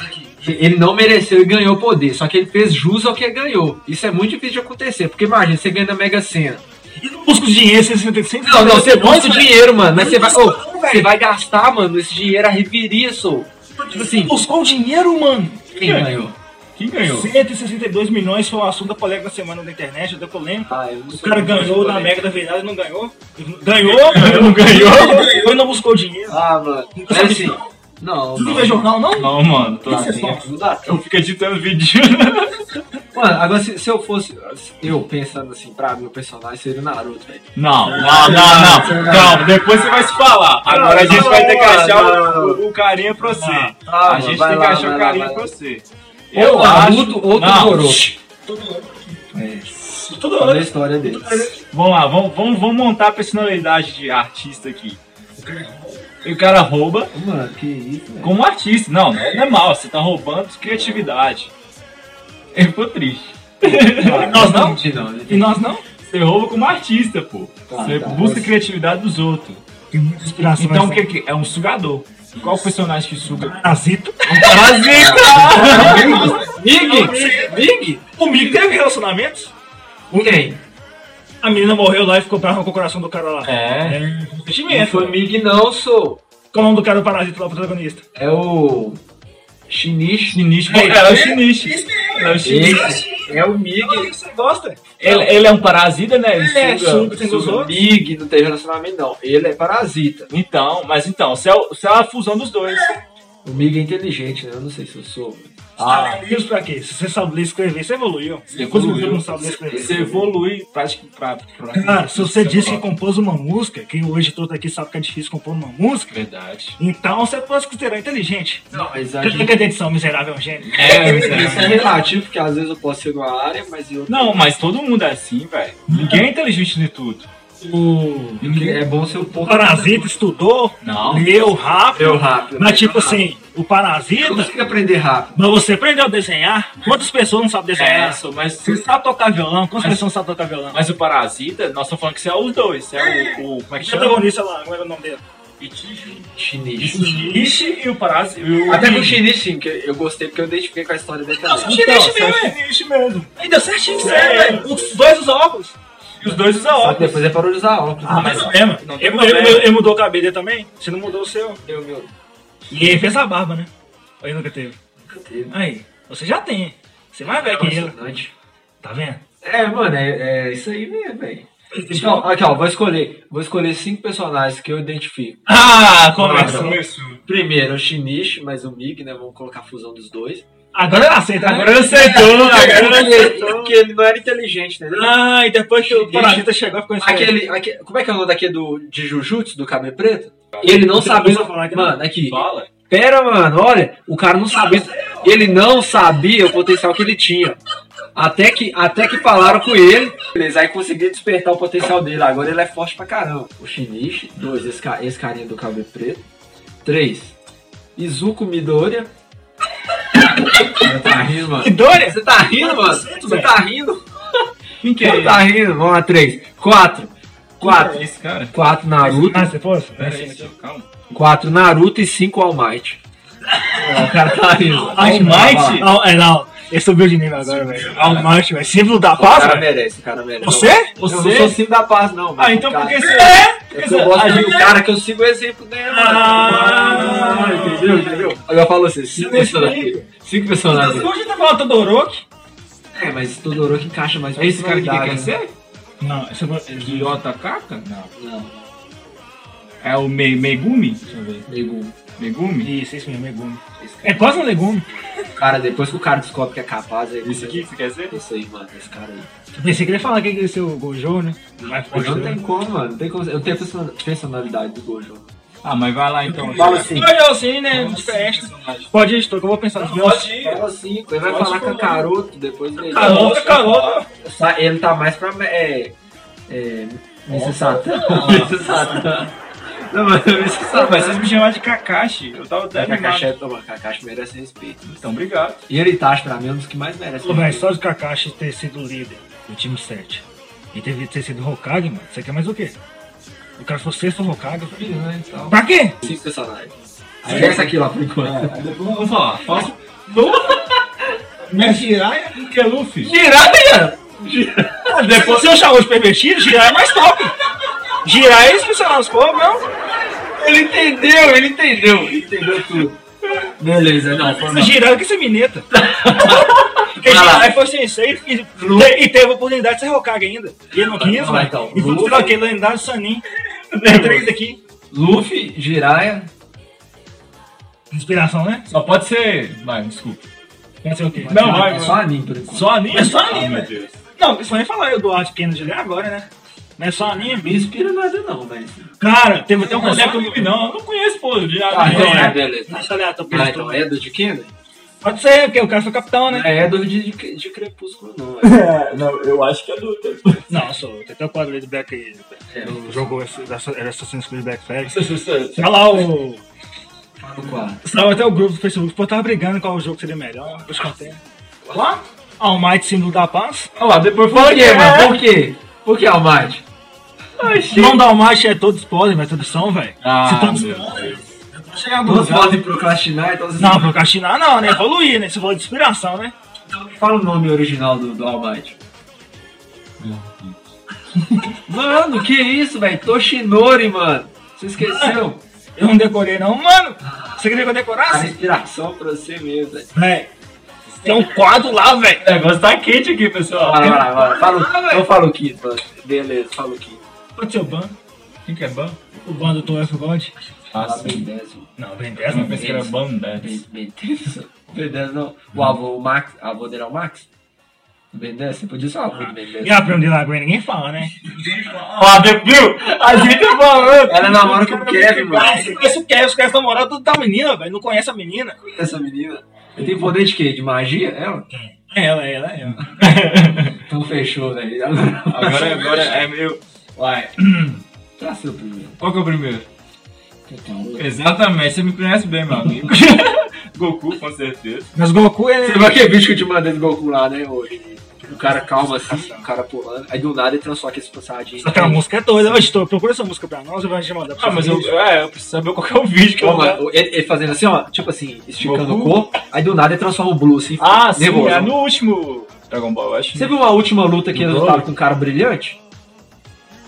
C: Ele não mereceu e ganhou o poder, só que ele fez jus ao que ganhou. Isso é muito difícil de acontecer, porque imagina, você ganha na Mega Sena.
A: E não busca o dinheiro, você sempre sempre-
C: Não, não, você
A: sempre-
C: busca o dinheiro, mano, mas você vai, ô,
A: Não,
C: você vai gastar, mano, esse dinheiro a reveria, sou. Tipo assim,
A: Buscou o dinheiro, mano.
C: quem ganhou?
A: Quem ganhou? 162 milhões foi o assunto da polêmica da semana na internet, da polêmica.
C: Ah, eu não
A: O
C: sei
A: cara
C: muito de
A: ganhou na
C: polêmica.
A: mega da virada e não ganhou. Ganhou, não ganhou e não buscou dinheiro.
C: Ah, mano.
A: Você
C: Mas assim,
A: viu?
C: não,
A: Você não
C: não.
A: vê jornal, não?
D: Não, mano, tô-
A: Por que você
C: Não,
A: faz?
C: não dá
D: eu fico editando vídeo.
C: Mano, agora se, se eu fosse. Eu pensando assim, pra mim, o personagem seria o Naruto, velho.
D: Não,
A: Ah,
D: não, não, não. Calma, depois você vai se falar. Agora a gente vai ter que achar o- o, o carinha pra você.
C: Ah,
D: A gente
C: vai
D: tem que
C: lá,
D: achar
C: vai
D: o
C: lá,
D: carinha
C: vai lá.
D: pra você.
C: Ou Naruto ou
D: não.
C: Todoroki.
A: Toda
C: Toda a
A: hora.
C: história dele.
D: Vamos lá, vamos, vamos, vamos montar a personalidade de artista aqui. E o cara rouba
C: Mano, que isso, velho.
D: como artista. Não, não é mal, você tá roubando criatividade. Eu fico triste. nós não?
C: Entendi, não.
D: E nós não? Você rouba como artista, pô.
C: Tá,
D: você
C: tá,
D: busca a
C: mas-
D: criatividade dos outros.
A: Tem muita inspiração.
D: Então o
A: que
D: que que é? É um sugador. Qual o personagem que suga?
A: parasita.
D: Um Parasita!
A: Mig! Mig! O Mig teve relacionamentos?
C: Quem?
A: A menina morreu lá e ficou brava com o coração do cara lá.
D: É.
C: Não
A: Sentimento.
C: foi Mig, não, sou.
A: Qual é o nome do cara do parasita lá, o protagonista?
C: É o. Shinichi.
D: Sinistro.
C: Ei,
D: É o sinistro. É o sinistro.
C: Esse é o Mig.
A: Você gosta?
D: Ele, ele é um parasita, né? Ele
A: Ele é
D: suga-
A: suga, tem
D: suga-
A: gozou?
C: O Mig não tem relacionamento, não. Ele é parasita.
D: Então, mas então, você é, o- você é a fusão dos dois.
C: O Mig é inteligente, né? Eu não sei se eu sou.
A: Ah. Isso pra quê? Se você sabe ler e escrever, você evoluiu. Você
D: evoluiu.
A: não sabe ler e escrever.
D: Você evolui praticamente. Pra, pra-
A: Cara, se você disse que compôs uma música, que hoje todo aqui sabe que é difícil compor uma música,
D: Verdade.
A: então você pode se considerar inteligente.
C: Não, mas a gente.
A: Cadê a edição miserável é um gênio?
D: É,
C: Isso
D: verdade.
C: é relativo, porque às vezes eu posso ser numa área, mas eu.
D: Não, mas todo mundo é assim, velho. Ninguém é inteligente de tudo.
A: O
C: É bom ser um pouco.
A: Parasita estudou,
D: Não.
A: leu rápido,
C: Eu rápido.
A: mas tipo
C: Eu
A: assim, o
C: Eu
A: Parasita,
C: consigo aprender rápido.
A: mas você aprendeu a desenhar. Quantas pessoas não sabem
D: É,
A: desenhar?
D: só- mas,
A: Você sabe tocar violão? Quantas pessoas não sabem tocar violão?
D: mas o parasita, nós estamos falando que você é os dois. Você é o. o como é que
A: O
D: chama?
A: protagonista lá, como era o nome dele?
C: Chinês.
D: Ixi e o parasita. e o-
C: Até com o chinês, sim, que eu gostei porque eu identifiquei com a história dele Então, também.
A: é
D: então, é
A: Chinês mesmo. Aí deu certinho, sério. é, Os dois usam óculos.
D: E os dois usam
C: Só que
D: óculos.
C: depois é para usar óculos.
A: Ah, mas problema.
D: Não tem
A: Ele,
D: problema.
A: ele- ele mudou o cabelo dele também? Você não mudou o seu?
C: Eu, meu.
A: E ele fez a barba, né? Aí nunca teve.
C: teve.
A: Aí, você já tem. Você é mais velho que ele.
C: Impressionante.
A: Tá vendo?
C: É, mano, é, é isso aí mesmo, velho. Então, aqui, ó, vou escolher. Vou escolher cinco personagens que eu identifico.
D: Ah,
C: começou.
D: começou.
C: Primeiro, o Shinichi, mais o Mig, né? Vamos colocar a fusão dos dois.
A: Agora eu aceito. Agora eu
D: aceitou,
C: Porque ele, porque ele não era inteligente, né?
A: Ah, e depois que o Parasita chegou, ficou
C: Aquele, aque- como é que é o nome daquele do, de Jujutsu, do cabelo preto? Ele não
A: Você
C: sabia.
A: não precisa falar que não.
C: Mano, aqui.
D: Fala.
C: Pera, mano, olha, o cara não sabia. Ele não sabia o potencial que ele tinha. Até que, até que falaram com ele, beleza, aí conseguiram despertar o potencial dele. Agora ele é forte pra caramba. O Shinichi, dois, esse, ca- esse carinha do cabelo preto. Três, Izuku Midoriya. Você tá rindo, mano.
A: Midoriya?
C: Você tá rindo, mano? Você tá rindo?
D: Quem que é
C: Você
D: ele? é
C: tá rindo? Vamos lá, três. Quatro. Quatro.
D: Esse cara.
C: Quatro Naruto.
A: Ah, você fosse?
D: Pera aí, seu, calma.
C: 4 Naruto e 5 All Might. o cara tá rindo.
D: É. All Might?
A: Não, é não. Ele subiu de nível agora, velho. Almighty, velho. Símbolo da
C: O
A: paz,
C: cara
A: velho.
C: merece, o cara merece.
A: Você?
C: Eu não
D: Você?
C: sou sim da paz, não. mas
D: Ah, então
C: o cara-
D: por que você é?
C: É porque eu gosto do cara que eu sigo o exemplo dele. mano.
D: Ah.
C: entendeu? Entendeu? Agora falou assim: 5 personagens. 5 personagens.
D: Hoje tá falando Todoroki.
C: É, mas Todoroki encaixa mais
D: É esse cara que quer
C: personalidade, né?
D: ser?
A: Não, esse é
D: Ryota Kaka? Não.
C: Não,
D: É o Me Megumi? Deixa eu ver.
C: amigo.
D: Megumi?
A: Isso, isso mesmo, legume. É quase um legume.
C: Cara, depois que o cara descobre que é capaz, aí.
D: Esse aqui que você quer ser?
C: Esse aí, mano, esse cara aí.
A: Eu pensei que ele ia falar que ele ia ser o Gojo, né? Mas
C: Gojo não tem como, mano. Não tem como. Eu tenho a persona- personalidade do Gojo.
D: Ah, mas vai lá então.
C: Fala assim.
A: Gojo assim, né? Diferente. Pode editor, que eu vou pensar nos meus.
C: Fala assim, ele vai falar com a Caroto depois dele.
A: Caroto, caroto.
C: Sa- Ele tá mais pra. É. É. Mrs. Satã. Mrs. Satã. Não, mas Mrs.
D: Ah, mas
C: Satã.
D: vocês me chamaram de Kakashi. Eu tava até
C: Kakashi,
D: animado.
C: é- não, mas Kakashi merece respeito.
D: Então, obrigado.
C: E Eritashi, pra mim, é um dos que mais merece
A: Ô, velho,
C: respeito.
A: só de Kakashi ter sido líder do time 7 e ter, ter sido Hokage, mano, você quer mais o quê? O cara foi sexto Hokage. velho.
C: Né, então.
A: Pra quê?
C: Cinco personagens. Esquece aqui lá por enquanto.
D: Vamos falar.
A: Minha Jiraiya?
D: O que é Luffy?
A: Jiraiya! Ah, Depois se eu chamou de pervertido, Jiraiya é mais top. Jiraiya é especial nas cobras, não.
C: Ele entendeu, ele entendeu. Ele entendeu tudo. Beleza, não, foi
A: é Jiraiya que você mineta. Porque
C: Vai lá.
A: Jinrai foi sensei e,
C: Lu-
A: e teve a oportunidade de ser Hokage ainda. E ele não quis,
C: Vai,
A: mano.
C: então.
A: E foi
C: Lu-
A: pro aquele lendário Sanin. Tem três aqui.
C: Luffy, Jiraiya.
A: Inspiração, né?
D: Só pode ser. Vai, desculpa.
A: Não sei o quê.
D: Não, vai,
C: é só anime, por enquanto.
D: Só anime?
A: É só anime.
D: Ah, meu Deus.
A: Não, isso nem falar eu do Arte Kennedy ali agora, né? Não é só anime.
C: Me inspira nada é não, velho.
A: Cara, teve até um
D: Não é
A: conceito.
D: anime, não. Eu não conheço, pô. Já,
C: Ah, então
A: é.
C: é, beleza.
A: Nossa, aleatório,
C: Ah, então é do de Kennedy?
A: Pode ser, porque o cara foi capitão, né?
C: Não é do de, de, de Crepúsculo, não. É,
D: É, não, eu acho que é do.
A: Não, sou. Tem até o quadro ali do Black.
C: É,
A: do jogo esse- da- era Assassin's Creed Black Flag.
D: Você
A: Olha lá o.
C: fala no quarto.
A: Saiu até o grupo do Facebook. Pô, tava brigando qual o jogo seria melhor. Os contentes.
D: Lá?
A: Almighty símbolo da paz.
D: Olha lá, depois fala
C: Por
D: que
C: quê,
D: é.
C: mano? Por quê? Por que, Almighty?
A: O nome da Almighty é todos podem, mas todos são, velho.
D: Ah,
A: Se todos
D: meu
A: podem. Chegar no
C: Todos
A: lugar.
C: podem procrastinar, então vocês
A: Não, procrastinar não, né? Evoluir, né? Você falou de inspiração, né?
C: Então fala o nome original do, do Almighty. mano, que isso, velho? Toshinori, mano. Você esqueceu?
A: Eu não decorei não, mano. Você queria que eu
C: A
A: decorasse?
C: inspiração pra você mesmo, velho.
A: Véi. Tem um quadro lá, Ah. velho.
D: O negócio tá quente aqui, pessoal.
C: Vai lá, vai lá, vai lá. Fala, o- então fala o Kid, mano. Beleza, fala o Kid.
A: Pode ser o Ban.
D: Quem que é ban?
A: O Ban do Tom F. God.
D: Ah,
C: Fala Ben
D: sim.
C: 10, mano.
A: Não, vem
D: Eu
A: dessa.
D: não pensei que era
C: Ben
D: Bandets.
C: Ben 10. Ben 10 não. O avô, o Max. A avô dele é o Max? O Ben 10? Você podia falar o avô do Ben 10.
A: E a prima de Lagoinha, ninguém fala, né?
D: Ah, viu? A gente tá falando.
C: Ela namora com o Kevin, mano.
A: Cara, você conhece o Kevin, os caras estão morando tudo da menina, velho. Não conhece a menina.
C: Essa menina. Ele tem poder de quê? De magia? Ela?
A: É ela, é ela, é ela.
C: Então fechou, velho.
D: Agora, agora é meio. Uai,
C: Tá seu primeiro.
D: qual que é o primeiro?
C: Então,
D: Exatamente, você me conhece bem, meu amigo. Goku, com certeza.
A: Mas Goku, ele...
C: Você vai aquele vídeo que eu te mandei do Goku lá, né, hoje? O cara calma assim, o cara pulando, aí do nada ele transforma aqueles passadinhos.
A: Aquela música é doida, mas tô, procura essa música pra nós e vai te mandar pra
D: Ah, mas eu, é, eu preciso saber qual que é o vídeo que
C: Pô,
D: eu vou.
C: mano, ele, ele fazendo assim, ó, tipo assim, esticando
D: Goku?
C: o corpo, aí do nada ele transforma o Blue assim.
D: Ah, sim,
C: nervoso.
D: é no último Dragon Ball, eu acho. né?
C: Você viu a última luta que ele
D: Goku?
C: lutava com o cara brilhante?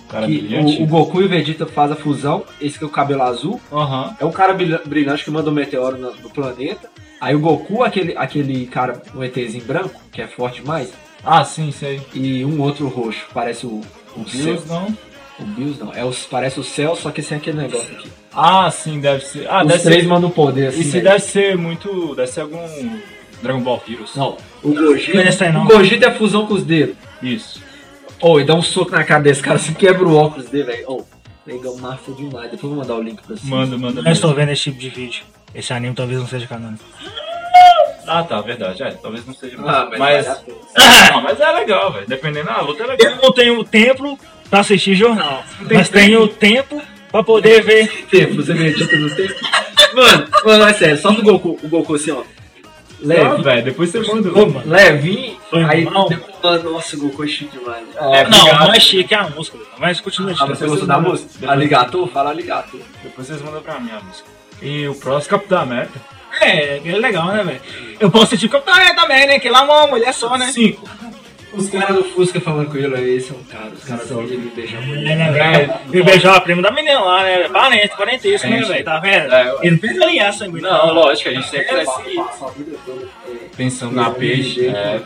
D: Cara
C: que
D: brilhante.
C: O, o Goku e o Vegeta fazem a fusão, esse que é o cabelo azul,
D: Aham.
C: é o cara brilha- brilhante que manda o meteoro no, no planeta. Aí o Goku, aquele, aquele cara, um ETzinho branco, que é forte demais,
D: Ah, sim, sei.
C: e um outro roxo, parece o, o, Cell.
D: Deus, não.
C: O Bills não, é os, parece o céu, só que sem aquele negócio aqui.
D: Ah, sim, deve ser. Ah, deve
C: os três
D: ser.
C: mandam poder assim.
D: Isso
C: velho.
D: deve ser muito. Deve ser algum Dragon Ball Heroes.
C: Não, o Gogeta.
A: Não é essa aí, não.
C: O Gogeta é fusão com os dedos.
D: Isso.
C: Ô, e dá um soco na cara desse cara, se quebra o óculos dele, velho. Ô, negão massa demais. Depois eu vou mandar o link pra vocês.
D: Manda, manda.
A: Eu estou
D: manda.
A: vendo esse tipo de vídeo. Esse anime talvez não seja canônico.
D: Ah, tá, verdade. É, talvez não seja.
C: Ah, mas.
D: mas...
C: vale
D: é.
C: a pena.
D: Não, mas é legal, velho. Dependendo da luta, é legal.
A: Eu não tenho tempo pra assistir jornal,
C: tem
A: mas tenho tempo pra poder ver.
C: Tempo, você vê, tipo, não tem. Mano, mano, é sério, só do Goku. O Goku assim, ó.
D: Não,
C: Leve.
D: velho, depois você manda.
A: Ô, mano.
C: Levinho,
A: Foi
C: aí
A: mal.
C: depois, mano, nossa, o Goku é chique demais.
D: É,
A: Não,
D: obrigado.
A: não é chique é a música, mas continua
C: Ah,
A: de
C: você
D: depois
C: gostou
D: eu
C: da
D: mando.
C: música?
D: Depois-
C: Aligato? Fala aligato.
D: Depois vocês mandam pra mim a música. E o próximo Capitão América.
A: É, é legal, né, velho? Eu posso assistir Capitão América também, né? Que lá é uma mulher só, né?
D: Cinco.
C: Os caras do Fusca falando com ele, aí eles são caros. Os caras são ele me beijam muito.
A: É, né, velho? E beijar a prima da menina lá, né? velho? Parente, parentesco, né, velho? Tá vendo?
D: É, eu-
A: Ele não fez aliar sangue.
D: Não, lógico, a gente tem que
C: Ele
D: estar
C: passa a vida toda, é,
D: É, pensando na peixe. É,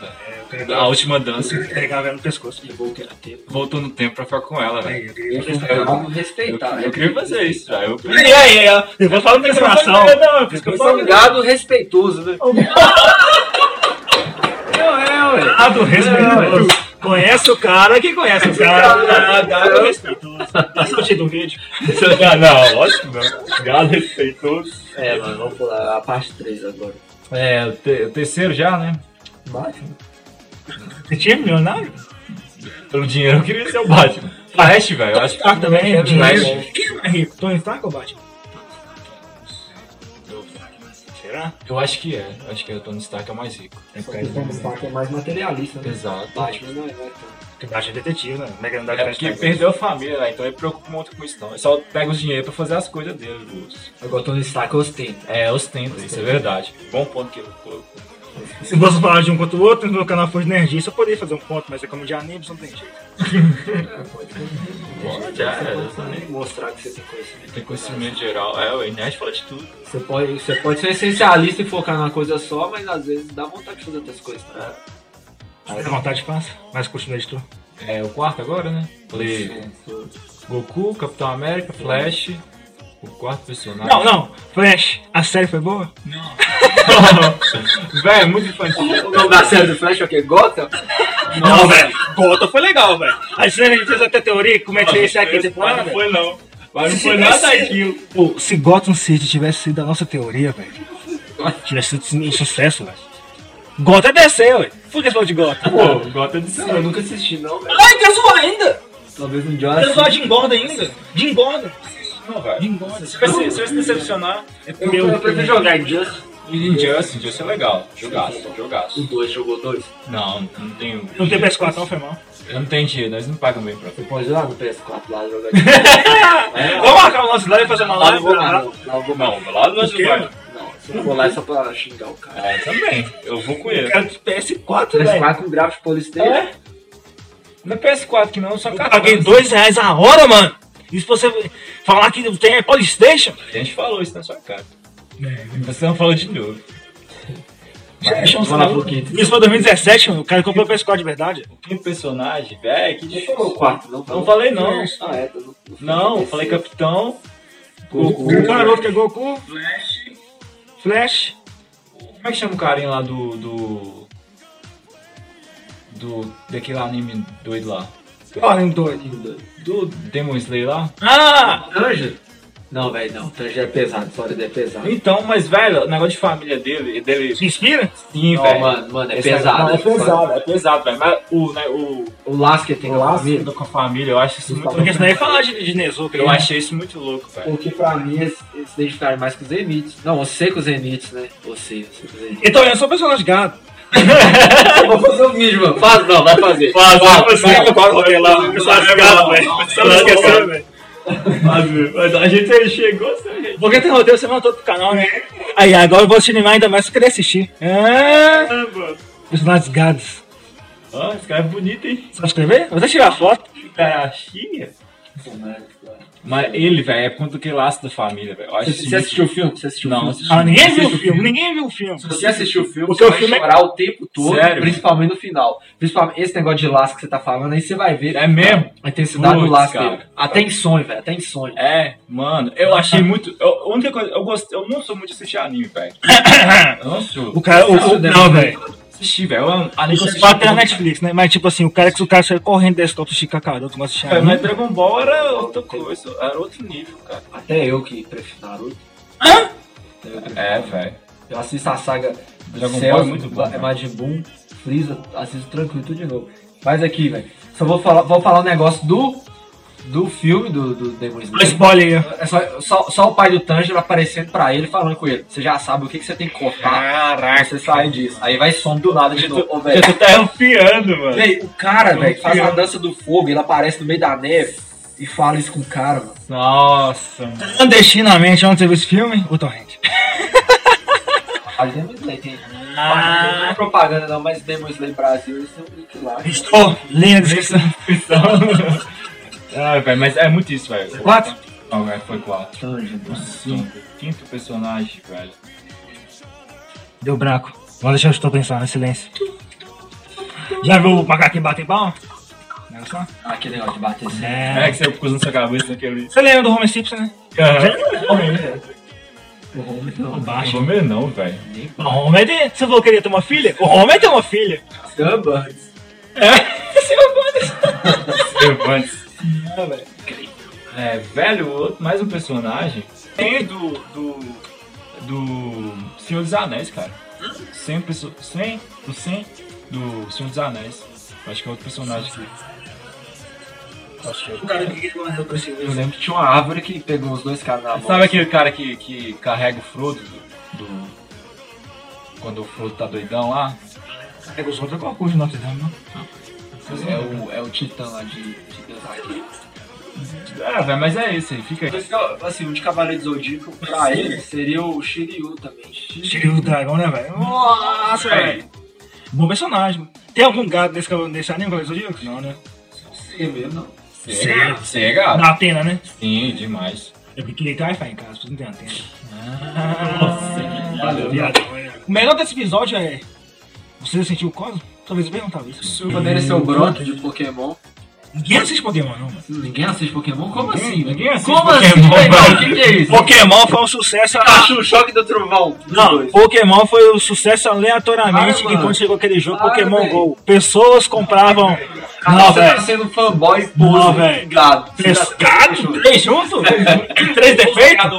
A: Eu
D: velho. a última dança.
A: Pegava ela no pescoço.
C: eu vou querer ter.
D: Voltou no tempo pra ficar com ela, velho.
A: Eu queria-
C: É, Eu vou
D: Eu,
C: respeitar. né?
D: eu queria fazer isso, velho. Eu
A: E aí, aí, ó, eu vou falar no coração.
D: Não, por isso que eu
C: Eu sou um
D: falo.
C: gado respeitoso, né? Não é, ué.
A: Gado respeitoso. Conhece o cara que conhece o cara.
C: Gado-
A: Gado respeitoso. Esse é o título do vídeo.
D: Não, não, lógico que não. Gado respeitoso.
C: É, mano, vamos pular a parte 3 agora.
D: É, o, te- o terceiro já, né?
C: Batman?
A: Você tinha milionário?
D: Pelo dinheiro eu queria ser o Batman. Flash, velho. Eu acho que.
A: Ah, também.
D: é
A: dinheiro.
D: verdade.
A: Quem é mais rico? Tony Stark ou Batman? Será?
D: Eu acho que é. Eu acho que é o Tony Stark é o mais rico.
C: Só que o Tony Stark é mais materialista, né?
D: Exato.
C: Batman não é, não é tanto.
A: Porque Batman é detetive, né? Mega
D: É porque perdeu a família, né? Então ele preocupa muito com isso, não. Ele só pega os dinheiro pra fazer as coisas dele, os...
C: Agora o Tony Stark ostenta.
D: É, ostenta, isso é verdade. Bom ponto que ele colocou.
A: Se fosse falar de um contra o outro, no meu canal Food Nerdista, eu poderia fazer um ponto, mas é como de anime, não tem jeito.
D: Bom, já era,
C: Você
D: isso, né?
C: pode é mostrar que você tem conhecimento.
D: Tem conhecimento geral. É, o Inés fala de tudo.
C: Você pode, você pode ser essencialista e focar numa coisa só, mas às vezes dá vontade de fazer outras coisas, tá?
A: Fica à vontade, passa. Mas continua, editor.
D: É o quarto agora, né? Falei Goku, Capitão América, Flash, o quarto personagem.
A: Não, não. Flash, a série foi boa?
D: não. Véi, é muito infantil.
C: O nome da série do Flash é o quê? Gotham?
A: Não, velho. Gota foi legal, velho. A gente fez até teoria, como é que é isso aqui? Você
D: Mas
A: falou,
D: não
A: velho?
D: foi não. Mas não foi nada daquilo.
A: Pô, se Gotham City tivesse sido a nossa teoria, velho, tivesse sido um sucesso, velho. Gotham é DC, ué. Por que você falou de Gotham?
D: Pô, gota de
C: Não, é eu
D: cima.
C: nunca assisti, não, velho.
A: Ai, quero zoar ainda!
C: Talvez um dia
A: Quero
C: eu assista.
A: zoar de engorda ainda! De engorda!
D: Não, velho.
A: De engorda!
D: Você vai se- você vai se decepcionar.
C: Eu, eu prefiro jogar Injustice.
D: Injustice, Injustice é legal. Jogaço, jogaço.
C: O 2 jogou 2.
D: Não, não tenho.
A: Não tem PS4 não, foi mal.
D: Eu não tenho dinheiro, nós não pagamos bem pra
C: Você
D: frente.
C: pode ir lá no PS4 lá jogar
A: Vamos marcar o nosso live e fazer uma
C: Lá não
A: live.
C: vou mais, não. Lá não vou mais.
D: Não, lá nós não vai.
C: Não, se eu for lá é só pra xingar o cara.
D: É, também. Eu vou com ele.
A: Cara de PS4, velho.
C: PS4 com gráfico Polystation.
D: É? Não é PS4 que não, só
A: Eu
D: cartão.
A: paguei dois reais a hora, mano. E se você falar que não tem é Polystation?
D: A gente falou isso né? na sua cara. Você não falou de novo.
C: Vamos lá pro quinto.
A: Isso foi 2017, mano. O cara comprou o PS4 de verdade.
D: O quinto personagem, velho, que
C: Não
D: difícil.
C: falou o quarto, não
D: Não falei não.
C: Ah, é. Não, não,
D: Não, eu falei Capitão.
C: Goku.
A: O cara novo que é Goku, Flash,
D: Como é que chama o carinha lá do. do. do daquele anime doido lá?
A: Olha, doido.
D: Do Demon Slayer lá?
A: Ah!
C: Tanja? Não, velho, não. Tanja é pesado. História dele é pesado.
D: Então, mas velho, o negócio de família dele, dele
A: Se inspira?
D: sim,
C: Não,
D: velho.
C: mano, mano, é
D: Esse
C: pesado.
D: negócio- não, é pesado, é pesado, velho. Mas o, né, o,
C: O Lasker tem
D: o
C: que
D: laço com a família, eu acho isso muito
A: Porque
D: louco. é
A: senão ia falar de, de Nezuko.
D: Eu
A: né?
D: achei isso muito louco, velho.
C: Porque pra mim eles eles se identificaram mais com os Zenits. Não, você com os Zenits, né? Você, você com os Zenits.
A: Então, eu sou personagem gado.
C: Eu vou fazer um vídeo, mano. Faz não, vai fazer.
A: Faz, faz,
C: vai.
A: lá. Personagem gado, velho. Personagem esquecendo, velho.
D: Mas a gente chegou, gente.
A: Porque tem roteiro semana toda pro canal, né? Aí, agora eu vou te animar ainda mais se eu querer assistir. Ah, personagens gados.
D: É, Ó, esse cara é bonito, hein?
A: Sabe escrever? Vou até tirar foto. Ah,
D: Carachinha. Mas ele, velho, é contra aquele laço da família, velho. Eu acho
C: Você, você assistiu o filme? Você assistiu
D: Não,
C: o filme?
A: Ah, ninguém
C: Você
A: viu o
C: assistiu
A: filme, ninguém viu o filme.
C: Se você assistiu o filme,
A: Porque
C: você
A: o
C: vai
A: filme é-
C: chorar o tempo todo,
D: Sério?
C: principalmente no final. Principalmente esse negócio de laço que você tá falando, aí você vai ver
D: É mesmo?
C: a intensidade do
D: Putz,
C: laço
D: cara.
C: dele. Até em sonho, velho. Até em sonho.
D: É, mano, eu achei muito. Eu, a única coisa, eu gostei, eu não sou muito de assistir anime, velho. Eu não sou.
A: O cara, o, o, não, velho.
D: Assisti, velho. eu amo- Anime que eu assisti.
A: Bateu na Netflix, né? Mas tipo assim, o cara que o cara saiu correndo da escola pra assistir Kakaroto, como assistir
D: Velho,
A: anime.
D: Mas Dragon Ball era outra coisa, era outro nível, cara.
C: Até eu que prefiro Naruto. Até eu prefiro
D: É,
C: Naruto.
D: velho.
C: Eu assisto a saga do
D: Dragon
C: Cell,
D: Ball é muito bom,
C: Ba-
D: né?
C: Majin Buu, Freeza, assisto tranquilo tudo de novo. Mas aqui, velho, só vou falar, vou falar um negócio do, do filme do, do Demon
A: Olha o
C: Slayer.
A: spoiler aí.
C: É só, só, só o pai do Tanjiro aparecendo pra ele e falando com ele. Você já sabe o que, que você tem que cortar pra
D: Caraca,
C: você sair disso. Aí vai some do nada de novo. Ô,
D: eu
C: velho.
D: tô até anfiando, mano.
C: Véi, o cara, velho, que faz a
D: Confiando.
C: dança do fogo, ele aparece no meio da neve e fala isso com o cara, mano.
D: Nossa, mano.
A: Clandestinamente, onde você viu esse filme? O Torrent.
C: Ali Demon Slayer tem.
A: Ah.
C: Não é propaganda não, mas Demon Slayer Brasil, eles têm um link lá.
A: Estou. Leia é a descrição.
D: Ah, velho, mas é muito isso, velho.
A: Quatro.
D: Não, velho, foi quatro.
C: Tanjiro,
A: né?
C: mano.
D: Cinco. Quinto personagem, velho.
A: Deu branco. Vamos deixar eu estou pensando, em silêncio. Já viu o macaquinho bater pau? Não é só?
C: Aquele negócio de bater sempre.
D: É
A: É.
D: que você cruza na sua cabeça naquele.
A: Você lembra do Homer Simpson, né?
C: O Homer
A: O
C: não.
A: baixo.
D: Comer não, velho.
A: O Homer tem... Você falou que queria ter uma filha? O Homer tem uma filha.
C: Starbucks.
A: É. Você é
D: Cervantes.
A: o velho.
D: É, velho, outro- mais um personagem. Tem do. do. do. Senhor dos Anéis, cara. Sem perso- Sem. O Sem do Senhor dos Anéis. Eu Acho que é outro personagem que.
A: O cara que queria morrer pra esse né?
C: Eu lembro que tinha uma árvore que pegou os dois caras na mão.
D: Sabe aquele cara que, que carrega o Frodo do. do- Quando o Frodo tá doidão lá?
A: É que os outros é qual curso de Notre Dame, não?
C: É o, é o titã lá de, de Deus aqui.
D: Ah, velho, mas é esse aí, fica aí.
C: Assim, um de Cavaleiro do Zodíaco pra ele seria o Shiryu também.
A: Tirei o dragão, né, velho? Nossa, velho. Bom personagem. Tem algum gato nesse, nesse anime, Cavaleiro do Zodíaco? Não, né?
C: Você mesmo, não?
D: Cega, cega.
A: Da Atena, né?
D: Sim, demais.
A: Eu queria ter Wi-Fi em casa, porque não tem Atena.
D: Nossa,
A: O melhor desse episódio é... Você sentiu o cosmo? Talvez eu perguntava isso.
D: Super-
C: Poderia ser o Brock de Pokémon.
A: Ninguém assiste Pokémon, não, mano.
C: Ninguém assiste Pokémon? Como
D: Ninguém-
C: assim? velho?
D: ninguém assiste
C: Como
A: Pokémon,
C: assim? velho?
A: velho.
C: O que, que é isso?
A: Pokémon foi um sucesso.
C: Pikachu, o choque do trovão.
A: Não, Pokémon foi um sucesso aleatoriamente
C: Para,
A: que
C: mano.
A: quando chegou aquele jogo
C: Para,
A: Pokémon
C: velho.
A: Go. Pessoas compravam. Não,
C: Não, você tá
A: velho.
C: sendo fanboy
A: Não,
C: puro.
A: velho.
C: Gado. Você tá sendo
A: Pescado? Três junto? Três defeitos?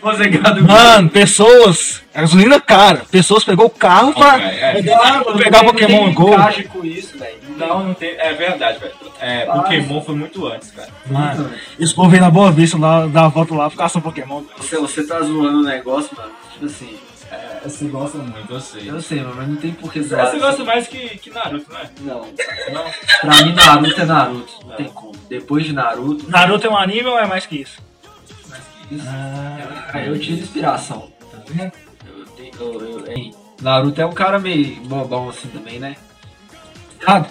C: Fozegado.
D: Ah.
A: Mano, pessoas. A gasolina é cara. Pessoas pegou o carro pra
D: é.
A: pegar, pra pegar
C: Não tem
A: Pokémon Go.
C: encaixe com isso, velho.
D: Não, não tem. É verdade, velho. É,
C: Faz.
D: Pokémon foi muito antes, cara.
A: Mano, os povos aí na Boa Vista lá, dar a volta lá, ficar só Pokémon.
C: Você, você tá zoando o negócio, mano. Tipo assim,
D: Você gosta muito, eu sei.
C: eu sei, mano, mas não tem por que zoar.
D: Você gosta mais que, que Naruto, né?
C: Não. não. Pra mim, Naruto é Naruto. Não tem como. Depois de Naruto,
A: Naruto é um anime ou é mais que isso?
C: isso-
A: Ah,
C: Aí eu tiro inspiração. tá vendo? Eu tenho- eu- eu- hein. Naruto é um cara meio bobão assim também, né?
A: errado.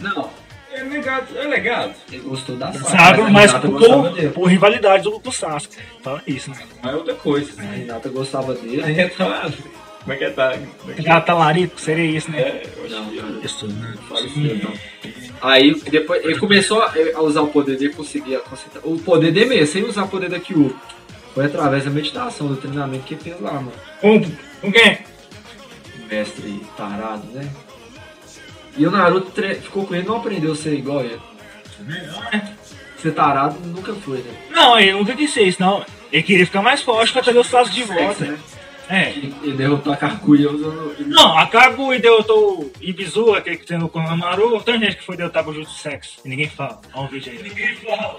C: Não,
D: É legado, é legado.
C: ele gostou da saga.
A: Sabe, mas
C: Renata gostava
A: por,
C: dele.
A: por rivalidade do, do Sasuke. Fala isso, né?
D: Mas é outra coisa,
C: A
D: né?
C: Renata gostava dele.
D: Aí é tá- Como é que é tá? Como é que é?
A: Gata larico, seria isso, né?
D: É, eu acho
C: Não,
D: que eu-
C: cara,
A: Isso, né?
C: faleceu, então. Aí depois ele começou a a usar o poder dele, conseguir a concentra- O poder dele mesmo, sem usar o poder da Kyu. Foi através da meditação, do treinamento que ele fez lá, mano.
A: Com, com quem?
C: Mestre tarado, né? E o Naruto tre- ficou com ele não aprendeu a ser igual ele. Ser tarado nunca foi, né?
A: Não, um ele nunca quis ser isso, não. Ele queria ficar mais forte pra trazer os Sasuke de volta.
C: né?
A: É.
C: Ele, ele derrotou a Kaguya usando. ele-
A: Não, a Kaguya derrotou o Ibizu, aquele que treinou com o Namaru. Tem um gente que foi derrotar pro Jutsu Sexo. E ninguém fala. Olha um vídeo aí. Ninguém fala.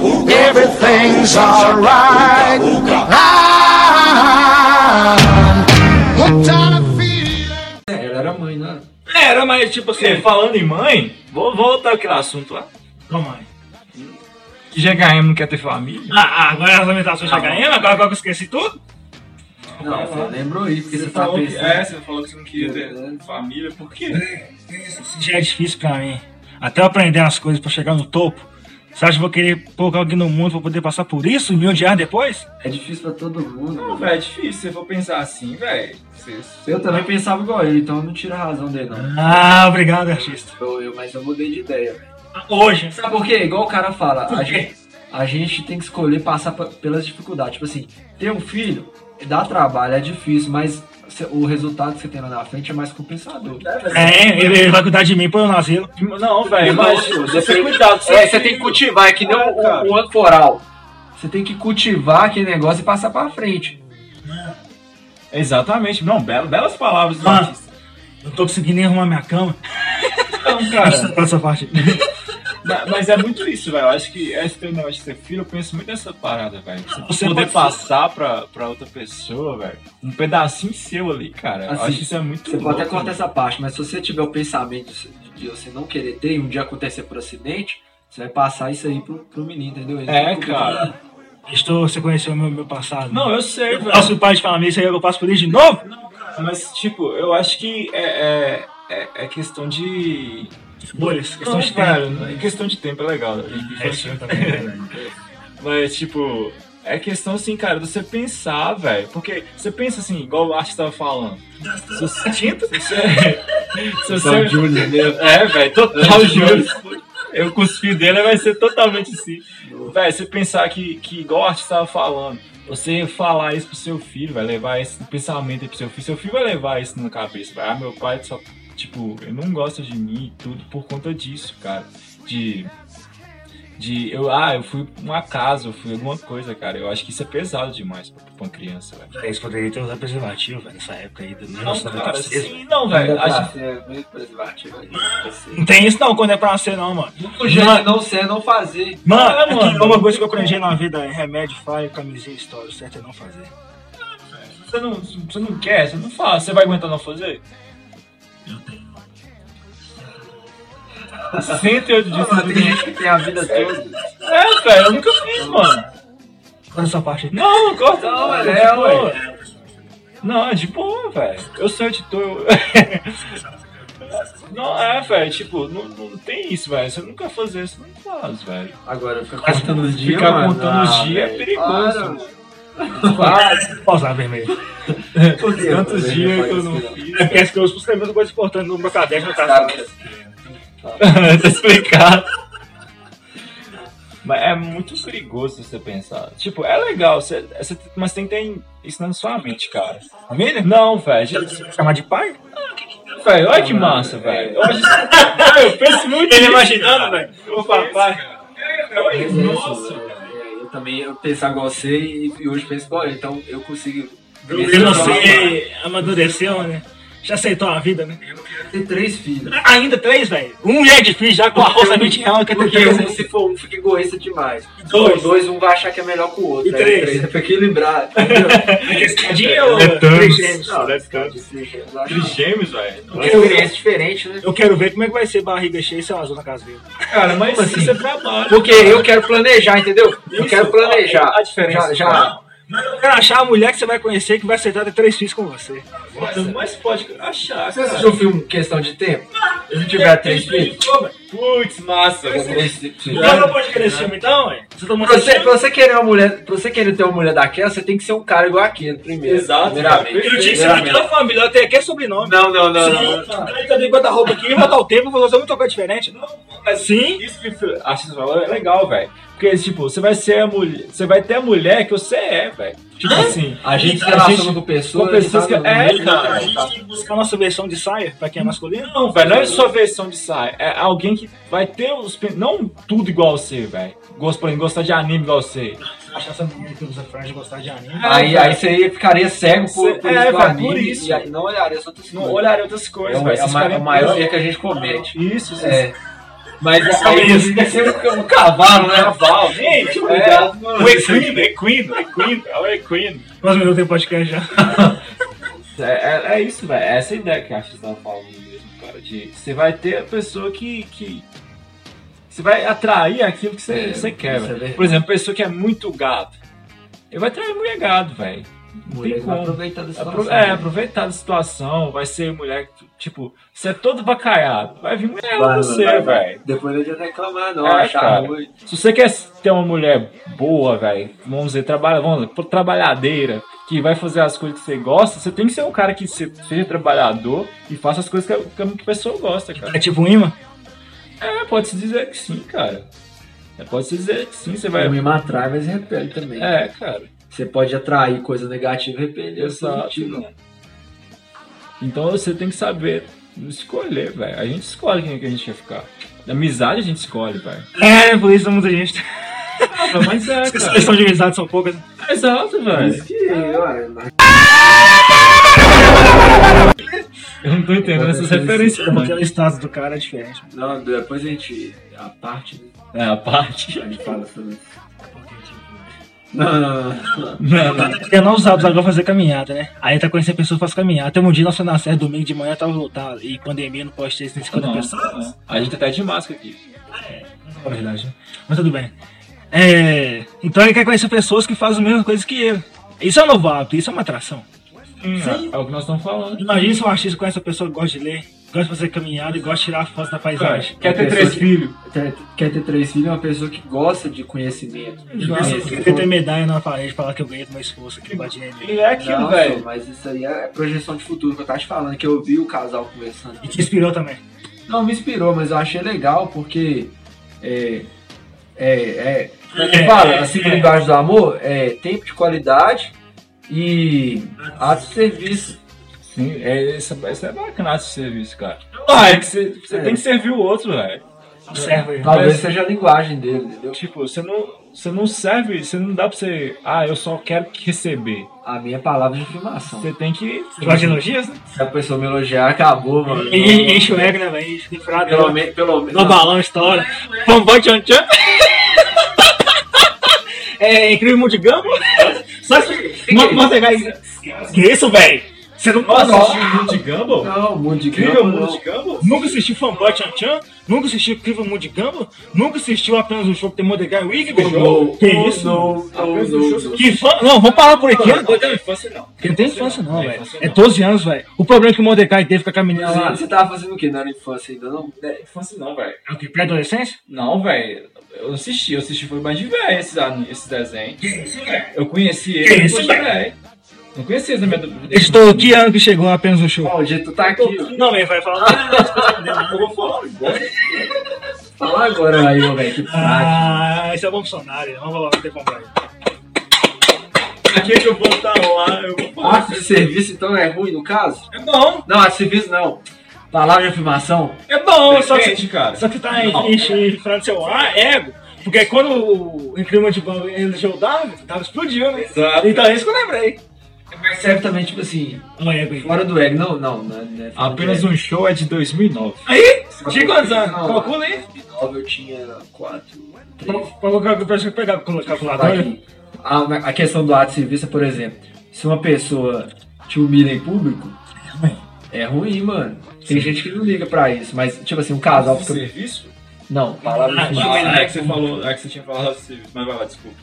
F: everything's alright. Ah, I'm hooked on a feeling.
C: É, Ela era mãe, né?
D: Era, mas tipo
A: É.
D: assim, falando em mãe, vou vou voltar aquele assunto lá.
A: Toma aí.
D: Que GHM não quer ter família? Tá
A: Ah, ah, agora as lamentações já ganham, agora, agora que eu esqueci tudo.
C: Não, você lembrou aí, porque você, tá
D: falou que,
C: pensando.
D: é, você falou que você não queria ter família, por quê?
A: Isso já é difícil pra mim. Até eu aprender as coisas pra chegar no topo. Você acha que eu vou querer colocar alguém no mundo pra poder passar por isso um e me odiar depois?
C: É difícil pra todo mundo.
D: Não, velho, é difícil, se você for pensar assim, velho. Você- você-
C: Eu também pensava igual ele, então não tira a razão dele, não.
A: Ah, obrigado, artista.
C: Eu, eu- mas eu mudei de ideia, velho.
A: Hoje.
C: Sabe por quê? Igual o cara fala, a gente, a gente tem que escolher passar pe- pelas dificuldades. Tipo assim, ter um filho dá trabalho, é difícil, mas cê- o resultado que você tem lá na frente é mais compensador.
A: É, ele, ele vai cuidar de mim, põe eu no asilo.
D: Não, velho, mas você cuidado. com seu
C: É, você tem
D: filho.
C: que cultivar, é que nem
D: É, cara.
C: o, o ancoral. Você tem que cultivar aquele negócio e passar pra frente.
D: Exatamente, não, belas, belas palavras do
A: Mano.
D: artista.
A: Não tô conseguindo nem arrumar minha cama.
D: Não, cara,
A: Pra essa parte.
D: ma- mas é muito isso, velho. Eu acho que esse teu negócio de ser filho, eu penso muito nessa parada, velho. Você
A: Você
D: poder
A: pode-
D: passar pra, pra outra pessoa, velho, um pedacinho seu ali, cara. eu
C: Assim,
D: acho que isso é muito
C: Você pode até
D: louco,
C: cortar essa parte, mas se você tiver o pensamento de, de você não querer ter e um dia acontecer por acidente, você vai passar isso aí pro, pro menino, entendeu? Ele
D: É,
C: não tem
D: cara.
A: Estou, você conheceu o meu, meu passado.
D: Não, eu sei,
A: eu
D: velho.
A: faço pai de família, isso aí eu passo por isso de novo?
D: Mas, tipo, eu acho que é, é, é- é questão de.
A: Bolhas, questão de
D: cara,
A: tempo. né?
D: é questão de tempo é legal. E-
A: É, isso eu também, né, velho?
D: Mas, tipo, é questão assim, cara, de você pensar, velho. Porque você pensa assim, igual o Arte tava falando. Se você. Tinta? Se você. se você-
C: Júlio, né?
D: é, velho, total Júlio. Eu cuspi dele vai ser totalmente assim. Velho, você pensar que, que igual o Arte tava falando. Você falar isso pro seu filho, vai levar esse pensamento aí pro seu filho. Seu filho vai levar isso na cabeça. Vai, ah, meu pai só. Tipo, ele não gosta de mim e tudo por conta disso, cara. De De eu, ah, eu fui um acaso, eu fui alguma coisa, cara. Eu acho que isso é pesado demais pra, pra uma criança, velho.
A: Eles poderiam ter usado preservativo, velho, nessa época aí. do
D: Não, cara,
A: 1996.
D: assim, não, velho.
C: Ainda tá.
D: acho-
C: pra ser muito é preservativo aí.
A: Não tem isso não quando é pra ser, não, mano.
C: O jeito de não ser é não fazer.
A: Mano,
D: Ah, mano.
A: aqui, uma coisa que eu aprendi na vida é remédio, faio, camisinha, história. O certo é não fazer.
D: Você não, você não quer, você não faz, você vai aguentar não fazer? Eu tenho. 108
C: Mano,
D: dias
C: tem
D: sem dormir.
C: gente que tem a vida toda.
D: É, velho, eu nunca fiz, mano.
A: Quando essa parte aí.
D: Não, não corta não,
C: Não,
D: velho.
C: é,
D: de boa.
C: ué.
D: Não, é de boa, velho. Eu sou editor. eu- não, é, velho, tipo, não, não tem isso, velho. Você nunca fazer isso, não faz, velho.
C: Agora, ficar contando os dias,
D: Ficar
C: mano. Ah,
D: contando os dias é
C: velho.
D: perigoso.
C: Para,
D: Faz
A: Pausar vermelho. É
C: por quê?
D: tantos dias que eu não
C: Tá,
D: fiz.
A: Parece que eu escrevendo coisa importante no meu caderno, tá?
C: mas-
D: tá explicado. Mas é muito perigoso você pensar. Tipo, é legal, você, você- mas tem que ter isso na sua mente, cara.
A: Família?
D: Não, velho. gente-
A: Chamar de pai?
D: Velho, olha que massa, velho. Hoje eu penso muito Ele imaginando, velho. O papai.
C: Eu penso, velho. É, Eu também eu pensava igual você e, e hoje penso igual eu, então eu consigo. assim.
A: E você assim, amadureceu, né? Já aceitou a vida, né?
C: Tem três filhos.
A: Ainda três, velho. Um já é difícil, já com arroz a 20 reais, que tem
C: Porque um,
A: três. né?
C: se for um, fica egoísta demais.
A: Dois.
C: Com dois, um vai achar que é melhor que o outro.
A: E
C: Aí
A: três.
C: É pra equilibrar. entendeu?
A: Escadinha
C: é
A: ou trigêmeos?
C: Não,
D: Deve ficar
C: eu acho que
D: Trigêmeos, velho.
C: é uma experiência diferente, né?
A: Eu quero ver como é que vai ser barriga cheia e sem azul na casa dele.
D: Cara, mas isso é trabalho.
C: Porque eu quero planejar, entendeu? Eu quero planejar.
D: A diferença.
C: Já, já,
A: Eu quero achar a mulher que você vai conhecer que vai aceitar ter três filhos com você.
D: Mas pode achar,
C: Você
D: cara.
C: assistiu o filme Questão de Tempo? Se tiver três filhos.
D: Putz, massa. velho.
C: três filhos.
A: Não, não pode querer esse filme, então, ué. Você tomou
C: Pra você, pra você querer uma mulher, pra você querer ter uma mulher daquela, você tem que ser um cara igual aquele primeiro.
D: Exato,
C: Primeiramente.
A: Eu tinha que ser daquela família, eu tenho aquele sobrenome.
C: Não, não, não, não.
A: Sim, aí cadê guarda-roupa aqui? Vai dar o tempo, eu vou fazer uma coisa diferente.
D: Mas
A: Sim.
D: Isso que você acha que você falou é legal, velho. Porque, tipo, você vai ser a mulher. Você vai ter a mulher que você é, velho. Tipo assim.
C: A gente se
D: a
C: relaciona
D: gente-
C: com pessoas.
D: com pessoas que-
C: tá no
D: é,
C: mesmo
D: cara,
C: lugar,
D: a
A: A
C: tá?
A: gente tem que buscar a nossa versão de saia, pra quem é masculino.
D: Não, velho, não é sua versão de saia. É alguém que vai ter os. pe- Não tudo igual a você, velho. Gosto, por exemplo, gostar de anime igual a você.
A: Achar essa menina que usa franja gostar de anime.
C: Aí, aí você ficaria cego por,
D: Você-
C: por
D: é,
C: isso do
D: vai,
C: anime
D: por isso.
C: e aí não olharia as outras
D: Não
C: coisas.
D: olharem outras
C: É,
D: coisas,
C: o- é
D: velho.
C: o
D: Vocês
C: ma-
D: ficarem-
C: o maior erro que a gente comete.
D: Isso, isso.
C: É. Mas aí você
A: É
C: tem que ser um cavalo, né? Cavalo.
D: Gente,
C: cuidado,
D: é, o equino, equino, equino, é o equino.
A: Mas meu tem podcast já.
D: É, é, é isso, velho. É essa ideia que a gente tava falando mesmo, cara. De você vai ter a pessoa que. que você vai atrair aquilo que você,
C: É,
D: que você quer,
C: isso é
D: velho.
C: verdade.
D: Por exemplo, a pessoa que é muito gato. Ele vai atrair mulher gato, velho. Não tem como.
C: Aproveitando essa
D: Apro- é, aproveitar a situação, vai ser mulher, que, tipo, você é todo vacaiado, vai vir mulher pra você, velho.
C: Depois não adianta reclamar, não.
D: É,
C: achar
D: cara.
C: ruim.
D: Se você quer ter uma mulher boa, velho, vamos dizer, trabalha, vamos dizer, trabalhadeira, que vai fazer as coisas que você gosta, você tem que ser um cara que se- seja trabalhador e faça as coisas que a, que a pessoa gosta, cara.
A: É tipo um imã?
D: É, pode-se dizer que sim, cara. É, pode-se dizer que sim, você
C: O
D: vai...
C: imã atrai, mas repele também.
D: É, cara.
C: Você pode atrair coisa negativa e repelir as
D: Exato.
C: positivas.
D: mano. Então você tem que saber escolher, velho. A gente escolhe quem que a gente quer ficar. Amizade a gente escolhe, velho.
A: É, por isso muita gente.
D: Mas é,
A: As questões de amizade são poucas.
D: Exato, velho.
C: Isso que, olha,
D: Eu não tô entendendo essas referências,
A: É porque
D: mano.
A: o status do cara é diferente.
C: não, depois a gente. A parte, né?
D: É, a parte.
C: A gente fala sobre isso. Não, não, não.
D: Não, não.
A: Eu não usava agora fazer caminhada, né? Aí tá conhecendo pessoas que fazem caminhada. Tem um dia nossa na série, domingo de manhã tava lotado. E pandemia não pode ter
C: tá
A: 150
D: Não,
A: pessoas.
D: não. A gente tá até de máscara aqui.
A: Na verdade, né? Mas tudo bem. É, Então ele quer conhecer pessoas que fazem as mesmas coisas que ele. Isso é um novo hábito, isso é uma atração.
D: É o que nós estamos falando.
A: Imagina se um artista conhece uma pessoa que gosta de ler, gosta de fazer caminhada e gosta de tirar fotos da paisagem.
D: Quer ter três filhos?
C: Quer- Quer ter três filhos é uma pessoa que gosta de conhecimento. De
A: Eu tentei medalha na parede falar que eu ganhei do meu esforço aqui bati em mim.
D: Ele é
C: Não,
D: aquilo, velho.
C: mas isso aí é projeção de futuro que eu tava te falando, que eu vi o casal conversando.
A: E te inspirou também.
C: Não, me inspirou, mas eu achei legal porque. É. É. é como é que
A: É,
C: fala?
A: é,
C: a segunda
A: é.
C: linguagem do amor é tempo de qualidade e ato de serviço.
D: Sim, é, isso, é- isso é bacana esse serviço, cara. Ah, é que você, você
C: É.
D: tem que servir o outro, velho.
A: Observa aí.
C: Talvez
D: Mas-
C: seja a linguagem dele, entendeu?
D: Tipo, você não, você não serve, você não dá pra você. Ah, eu só quero que receber.
C: A minha palavra é de afirmação.
D: Você tem que.
A: Você gosta de
C: um
A: elogios, né?
C: Se a pessoa me elogiar, acabou, mano.
A: E enche o ego, né, velho? Enche o frado.
C: Pelo menos. né? Pelo
A: No
C: menos.
A: balão estoura. Pombó tchan tchan. É incrível multigamo. Só isso. Mo- Mostra aí. Que isso, velho? Você não
D: Nossa,
A: Nossa,
D: assistiu o Mundo de Gumball?
C: Não, mundo de
D: Incrível
C: campo,
D: Mundo um de
C: não.
D: Gumball?
A: Nunca assistiu Fanboy Chan Chan? Nunca assistiu Incrível Mundo de Gumball? Nunca assistiu apenas o jogo que tem Modegai Wiki, bicho?
C: não,
A: que
C: não,
A: isso?
C: Não, não, não.
A: Que fã? Não, vamos parar por aqui.
D: Não tem infância, não.
A: Porque não tem infância, não, velho.
D: infância,
A: É 12 anos, velho. O problema é que o Modegai teve com a menina lá.
C: Você tava fazendo o que na infância ainda, não?
D: Não tem infância, não, velho.
A: É o que? Pré-adolescência?
D: Não, velho. Eu assisti, eu assisti foi mais de velho esse, esse desenho.
A: Que isso, velho?
D: Eu conheci
A: Que
D: ele
A: isso,
D: depois de velho. Não conhecia eles na minha dúvida.
A: Estou que ano que chegou apenas o show?
C: Maldito, tu tá aqui, ó.
A: Não, ele vai falar.
D: "Ah, Eu vou falar agora.
C: Fala agora aí, ô, velho, que prática.
A: Ah, esse é bom funcionário. Vamos lá, vamos ter que comprar. ele.
D: Aqui é que eu vou estar lá, eu vou falar.
C: Parte de serviço, então, é ruim no caso?
A: Ah,
D: É bom,
C: Não, a de serviço não. Palavra de afirmação?
A: É bom, só que,
D: Depende, cara.
A: só que tá
D: Não.
A: enchendo o seu ar, ego. Porque quando o incrível de Bumble elegeu o Darwin, o Darwin explodiu, né?
D: Exato.
A: Então é isso que eu lembrei.
C: Mas serve também, tipo assim,
A: Um ego aí.
C: fora do egg. Não, não, não. é- não é fora
D: Apenas
C: do
D: um show é de 2009.
A: Aí, de quantos anos? Calcula aí.
C: egg. 9 eu tinha 4, 3.
A: Pra colocar- pra você pegar o calculador.
C: aqui. A, a questão do ato de serviço, por exemplo, se uma pessoa te humilha em público, é ruim, mano. Tem gente que não liga pra isso, mas, tipo assim, um casal
D: Do
C: fica.
D: serviço?
C: Não, palavra de
D: Ah, é que
C: afirmação.
D: você falou, é que você tinha falado do serviço, mas vai lá, desculpa.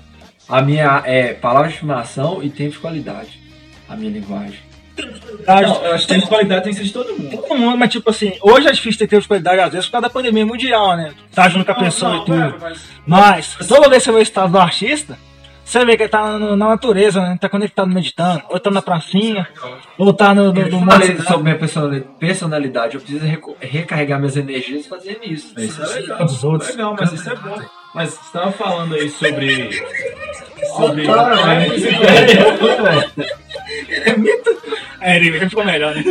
C: A minha é palavra de afirmação e tempo de qualidade. A minha linguagem.
D: Não, eu acho que tem qualidade tem que ser de todo mundo.
A: Tá, Todo mundo, mas tipo assim, hoje é difícil ter tempo de qualidade, às vezes, por causa da pandemia mundial, né? Tá junto com a pessoa e tudo. Mas, toda vez que você vê o estado do artista, você vê que ele tá no- na natureza, né? Tá conectado meditando, ou tá na pracinha, ou tá no, no,
C: Eu
A: no
C: não falei sobre minha personali- personalidade, eu preciso reco- recarregar minhas energias fazendo isso.
D: Isso é legal.
A: dos outros.
D: Legal, mas isso é bom. Mas você tava falando aí sobre. sobre.
C: Claro, né?
A: É, ele ficou melhor, né?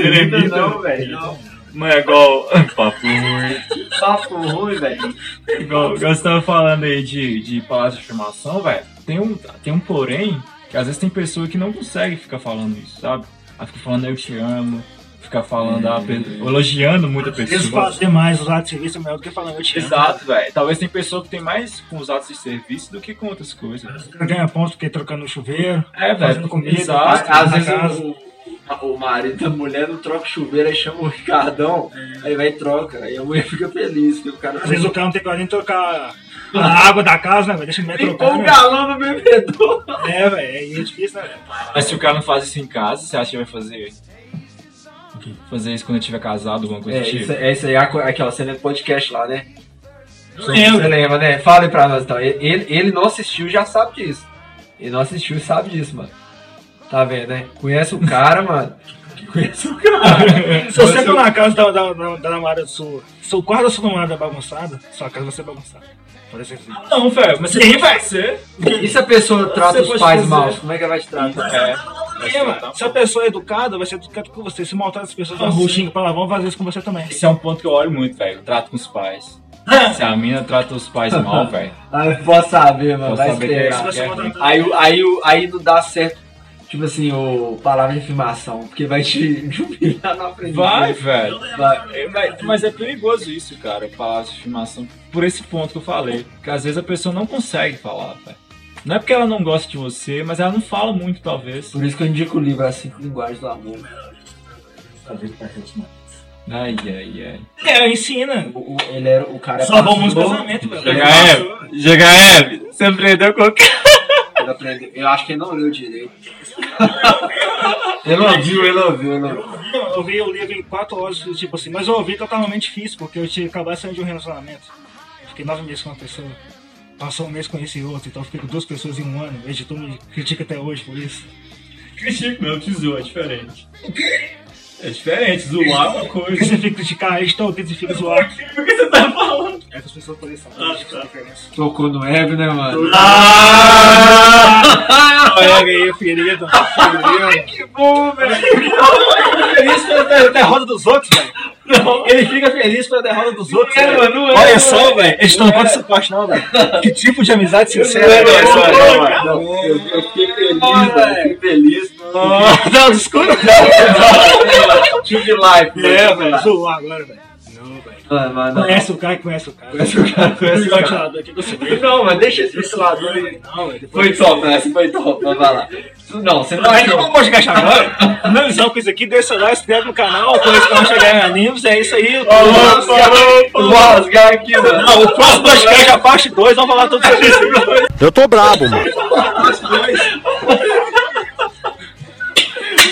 C: Não, velho. Não.
D: Mas é igual. Papo ruim.
C: Papo ruim, velho.
D: Igual, igual você tava falando aí de, de palavras de afirmação, velho. Tem um, tem um porém que às vezes tem pessoa que não consegue ficar falando isso, sabe? Ela fica falando eu te amo, fica falando,
C: Hum.
D: ah, pe- elogiando muita
A: Eles
D: pessoa.
A: fazem mais os atos de serviço é melhor do que falando eu te amo.
D: Exato, velho. Talvez tem pessoa que tem mais com os atos de serviço do que com outras coisas.
A: O cara ganha pontos porque trocando no chuveiro.
D: É,
A: Fazendo
D: velho.
A: comida,
D: Exato.
A: tá
C: Às
A: na
C: vezes
A: casa.
C: o, o- o marido da mulher não troca o chuveiro, aí chama o Ricardão, aí vai e troca. Aí a mulher fica feliz, porque o cara
A: Às vezes o cara não tem coragem de trocar a água da casa, né, velho? Deixa o menino
C: limpou
A: trocar.
C: o
A: né?
C: galão do bebedor.
A: É, velho, é difícil, né, velho?
D: Mas se o cara não faz isso em casa, você acha que vai fazer? Fazer isso quando eu tiver casado, alguma coisa
C: É,
D: do tipo?
C: isso, é isso aí, a co- aqui ó, você lembra do podcast lá, né?
A: lembro.
C: Você lembra, né? Fala aí pra nós então. Ele, ele- ele não assistiu já sabe disso. Ele não assistiu e sabe disso, mano. Tá vendo, né? Conhece o cara, mano. Conhece o cara.
A: Se você for na casa da, da, da, da namorada sua, se o quarto da sua namorada é bagunçado, sua casa vai ser bagunçada. Por exemplo.
D: Não, velho, mas você vai ser.
C: E se a pessoa trata
D: pode
C: os pais
D: fazer.
C: mal, como é que ela vai te tratar?
D: É. vai ser, tá?
A: Se a pessoa é educada, vai ser educada com você. Se maltratar as pessoas, vai
D: Ah, sim.
A: roxinho pra lá, vão fazer isso com você também.
D: Esse é um ponto que eu olho muito, velho. Trato com os pais. Se a mina trata os pais mal, velho.
C: Ah, eu posso saber, mano.
D: Posso
C: vai
D: saber que é
C: esperar.
D: isso.
A: Se você
D: é,
A: maltratar.
C: Aí, o- aí, o- aí não dá certo, tipo assim, o palavra de afirmação, porque vai te te humilhar na frente.
D: Vai, velho.
C: Vai.
D: É, vai- Mas é perigoso isso, cara, palavras de afirmação. Por esse ponto que eu falei. Porque às vezes a pessoa não consegue falar, velho. Não é porque ela não gosta de você, mas ela não fala muito, talvez.
C: Por isso que eu indico o livro As Cinco Linguagens do Amor.
D: Ai, ai, ai.
A: É, ensina.
C: O, o- ele era, o cara
A: Salvou o mundo do
C: pastor,
A: casamento, velho.
D: GHF, GHF, você aprendeu qualquer.
C: ele aprendeu- Eu acho que ele não leu direito. ele ouviu, ele ouviu, ele ouviu.
A: Eu ouvi o livro em quatro horas, tipo assim, mas eu ouvi totalmente difícil, porque eu tinha acabado de sair de um relacionamento. Fiquei nove meses com uma pessoa. Passou um mês com esse outro, então eu fiquei com duas pessoas em um ano. O editor me critica até hoje por isso.
D: Critique, meu, te zoa, é diferente. É diferente, zoar é uma
A: Porque
D: coisa.
A: você fica criticar, editor, você fica zoado.
D: O que você tá falando?
A: É que as pessoas podem saber ah, tá. diferença.
C: Tocou no Eve, né, mano?
D: Ah,
A: Olha aí, ferida.
C: que bom, velho.
A: Por isso que eu até roda dos outros, velho.
C: Não. Ele fica feliz pela derrota dos outros.
D: é,
C: velho.
D: mano, não é,
A: Olha
D: não
A: só,
D: é.
A: velho. Eles estão contra essa parte, não, velho. Que tipo de amizade sincera.
D: Não,
A: velho.
D: não, não, não, né, não.
C: Não, eu, eu fiquei feliz,
D: Olha,
C: velho. Fiquei feliz.
A: Não, não, escuta.
C: Time life,
D: É,
C: velho.
D: velho.
A: Zoar agora, velho. Não, velho.
C: Mano, mano.
A: Conhece o cara, conhece o cara.
C: Conhece o cara, conhece o cara.
A: ventilador aqui que eu sou.
C: Não, mas deixa esse ventilador aí.
A: Não, velho. Depois...
C: Foi top, né? Essa foi top, mas vai lá. Não, você não
A: Não, a
D: então
A: gente não
C: achou.
A: pode gastar agora. Finalizando com isso aqui, deixa o like, se inscreve no canal, conhece como chegar em animes, é isso aí.
C: Vou rasgar aqui, né? mano.
A: Não, o próximo podcast é a parte 2, vamos falar tudo sobre isso.
F: Eu tô brabo, mano.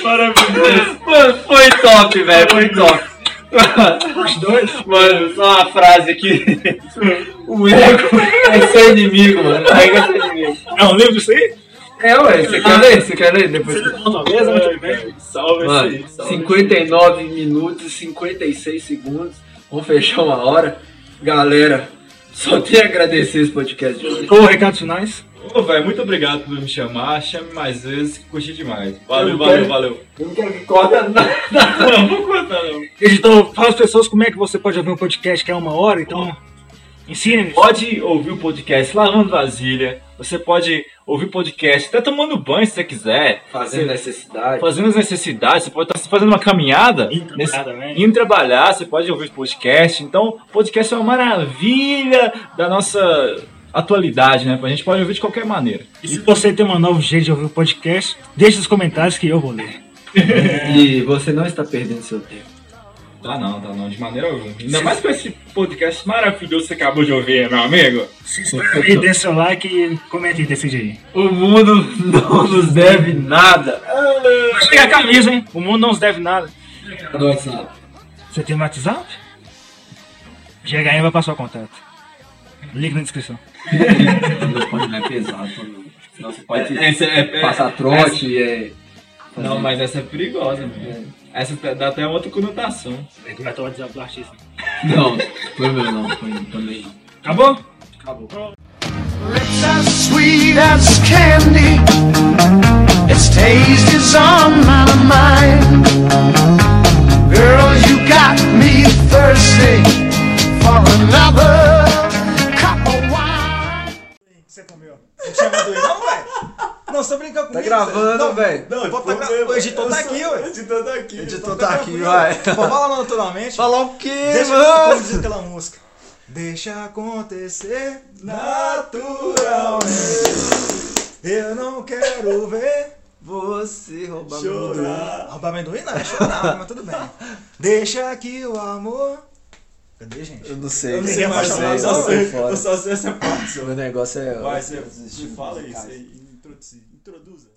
C: Mano, foi top, velho, foi top. Os dois? Mano, só uma frase aqui. O ego é seu inimigo, mano. O ego é seu inimigo.
A: É um livro isso aí?
C: É, ué, você quer ler? Você quer ler depois?
A: Talvez, né? ano que vem.
D: Salve esse
C: Mano,
D: aí, salve.
C: 59 minutos e 56 segundos. Vamos fechar uma hora. Galera, só tenho a agradecer esse podcast de hoje.
A: Ou Então, recados finais.
D: Ô, velho, muito obrigado por me chamar. Chame mais vezes, que curti demais.
C: Eu
D: Valeu,
C: quero-
D: valeu, valeu.
C: Eu não quero que corta nada.
D: Não, vou cortar, não.
A: Editor, fala às pessoas como é que você pode ouvir um podcast que é uma hora, então. Ensine-me.
D: pode ouvir o podcast lavando vasilha. Você pode ouvir o podcast até tomando banho se você quiser.
C: Fazendo necessidade.
D: Fazendo as necessidades, você pode estar fazendo uma caminhada.
A: Indo trabalhar, né?
D: indo trabalhar, você pode ouvir o podcast. Então, o podcast é uma maravilha da nossa atualidade, né? A gente pode ouvir de qualquer maneira.
A: E se você tem uma nova jeito de ouvir o podcast, deixe nos comentários que eu vou ler.
C: E você não está perdendo seu tempo.
D: Tá não, tá não, de maneira alguma. Ainda mais com esse podcast maravilhoso que você acabou de ouvir, meu amigo.
A: Se inscreve aí, dê seu like e comente e decide aí.
C: O mundo não nos deve nada.
A: Mas tem a camisa, hein? O mundo não nos deve nada.
C: No WhatsApp.
A: Você tem WhatsApp? GHM vai passar o contato. Link na descrição.
C: Meu pai não é pesado. não. Senão você pode
D: É,
C: passar trote. É,
D: Não, mas essa é perigosa, mano. É. Essa dá até outra conotação.
A: Vai ter o WhatsApp do artista.
C: Não, foi meu não. Foi também não.
A: Acabou?
C: Acabou.
F: Lips as sweet as candy. Its taste is on my mind. Girl, you got me thirsty for another cup of wine.
I: Você comeu. Não tinha amendoim, não, velho. Não, você tá brincando comigo.
J: gravando,
I: Não,
J: velho.
I: Não, pode tá gra... o editor tá aqui, ué.
K: editor tá aqui.
J: O editor tá aqui, vai.
I: Pô, fala naturalmente.
J: Falar o quê,
I: Deixa como
J: mano?
I: diz aquela música. Deixa acontecer naturalmente. Eu não quero ver
J: Você rouba meu
I: chorar. Roubar amendoim não, é chorar, mas tudo bem. Deixa que o amor. Cadê, gente?
J: Eu não sei. é Eu
I: não sei mais nada,
J: eu
C: né?
I: só
J: não
I: sei.
J: sei
K: Eu
J: fora.
K: só sei essa parte.
J: Meu negócio é...
K: Vai, você fala isso aí. Introduza.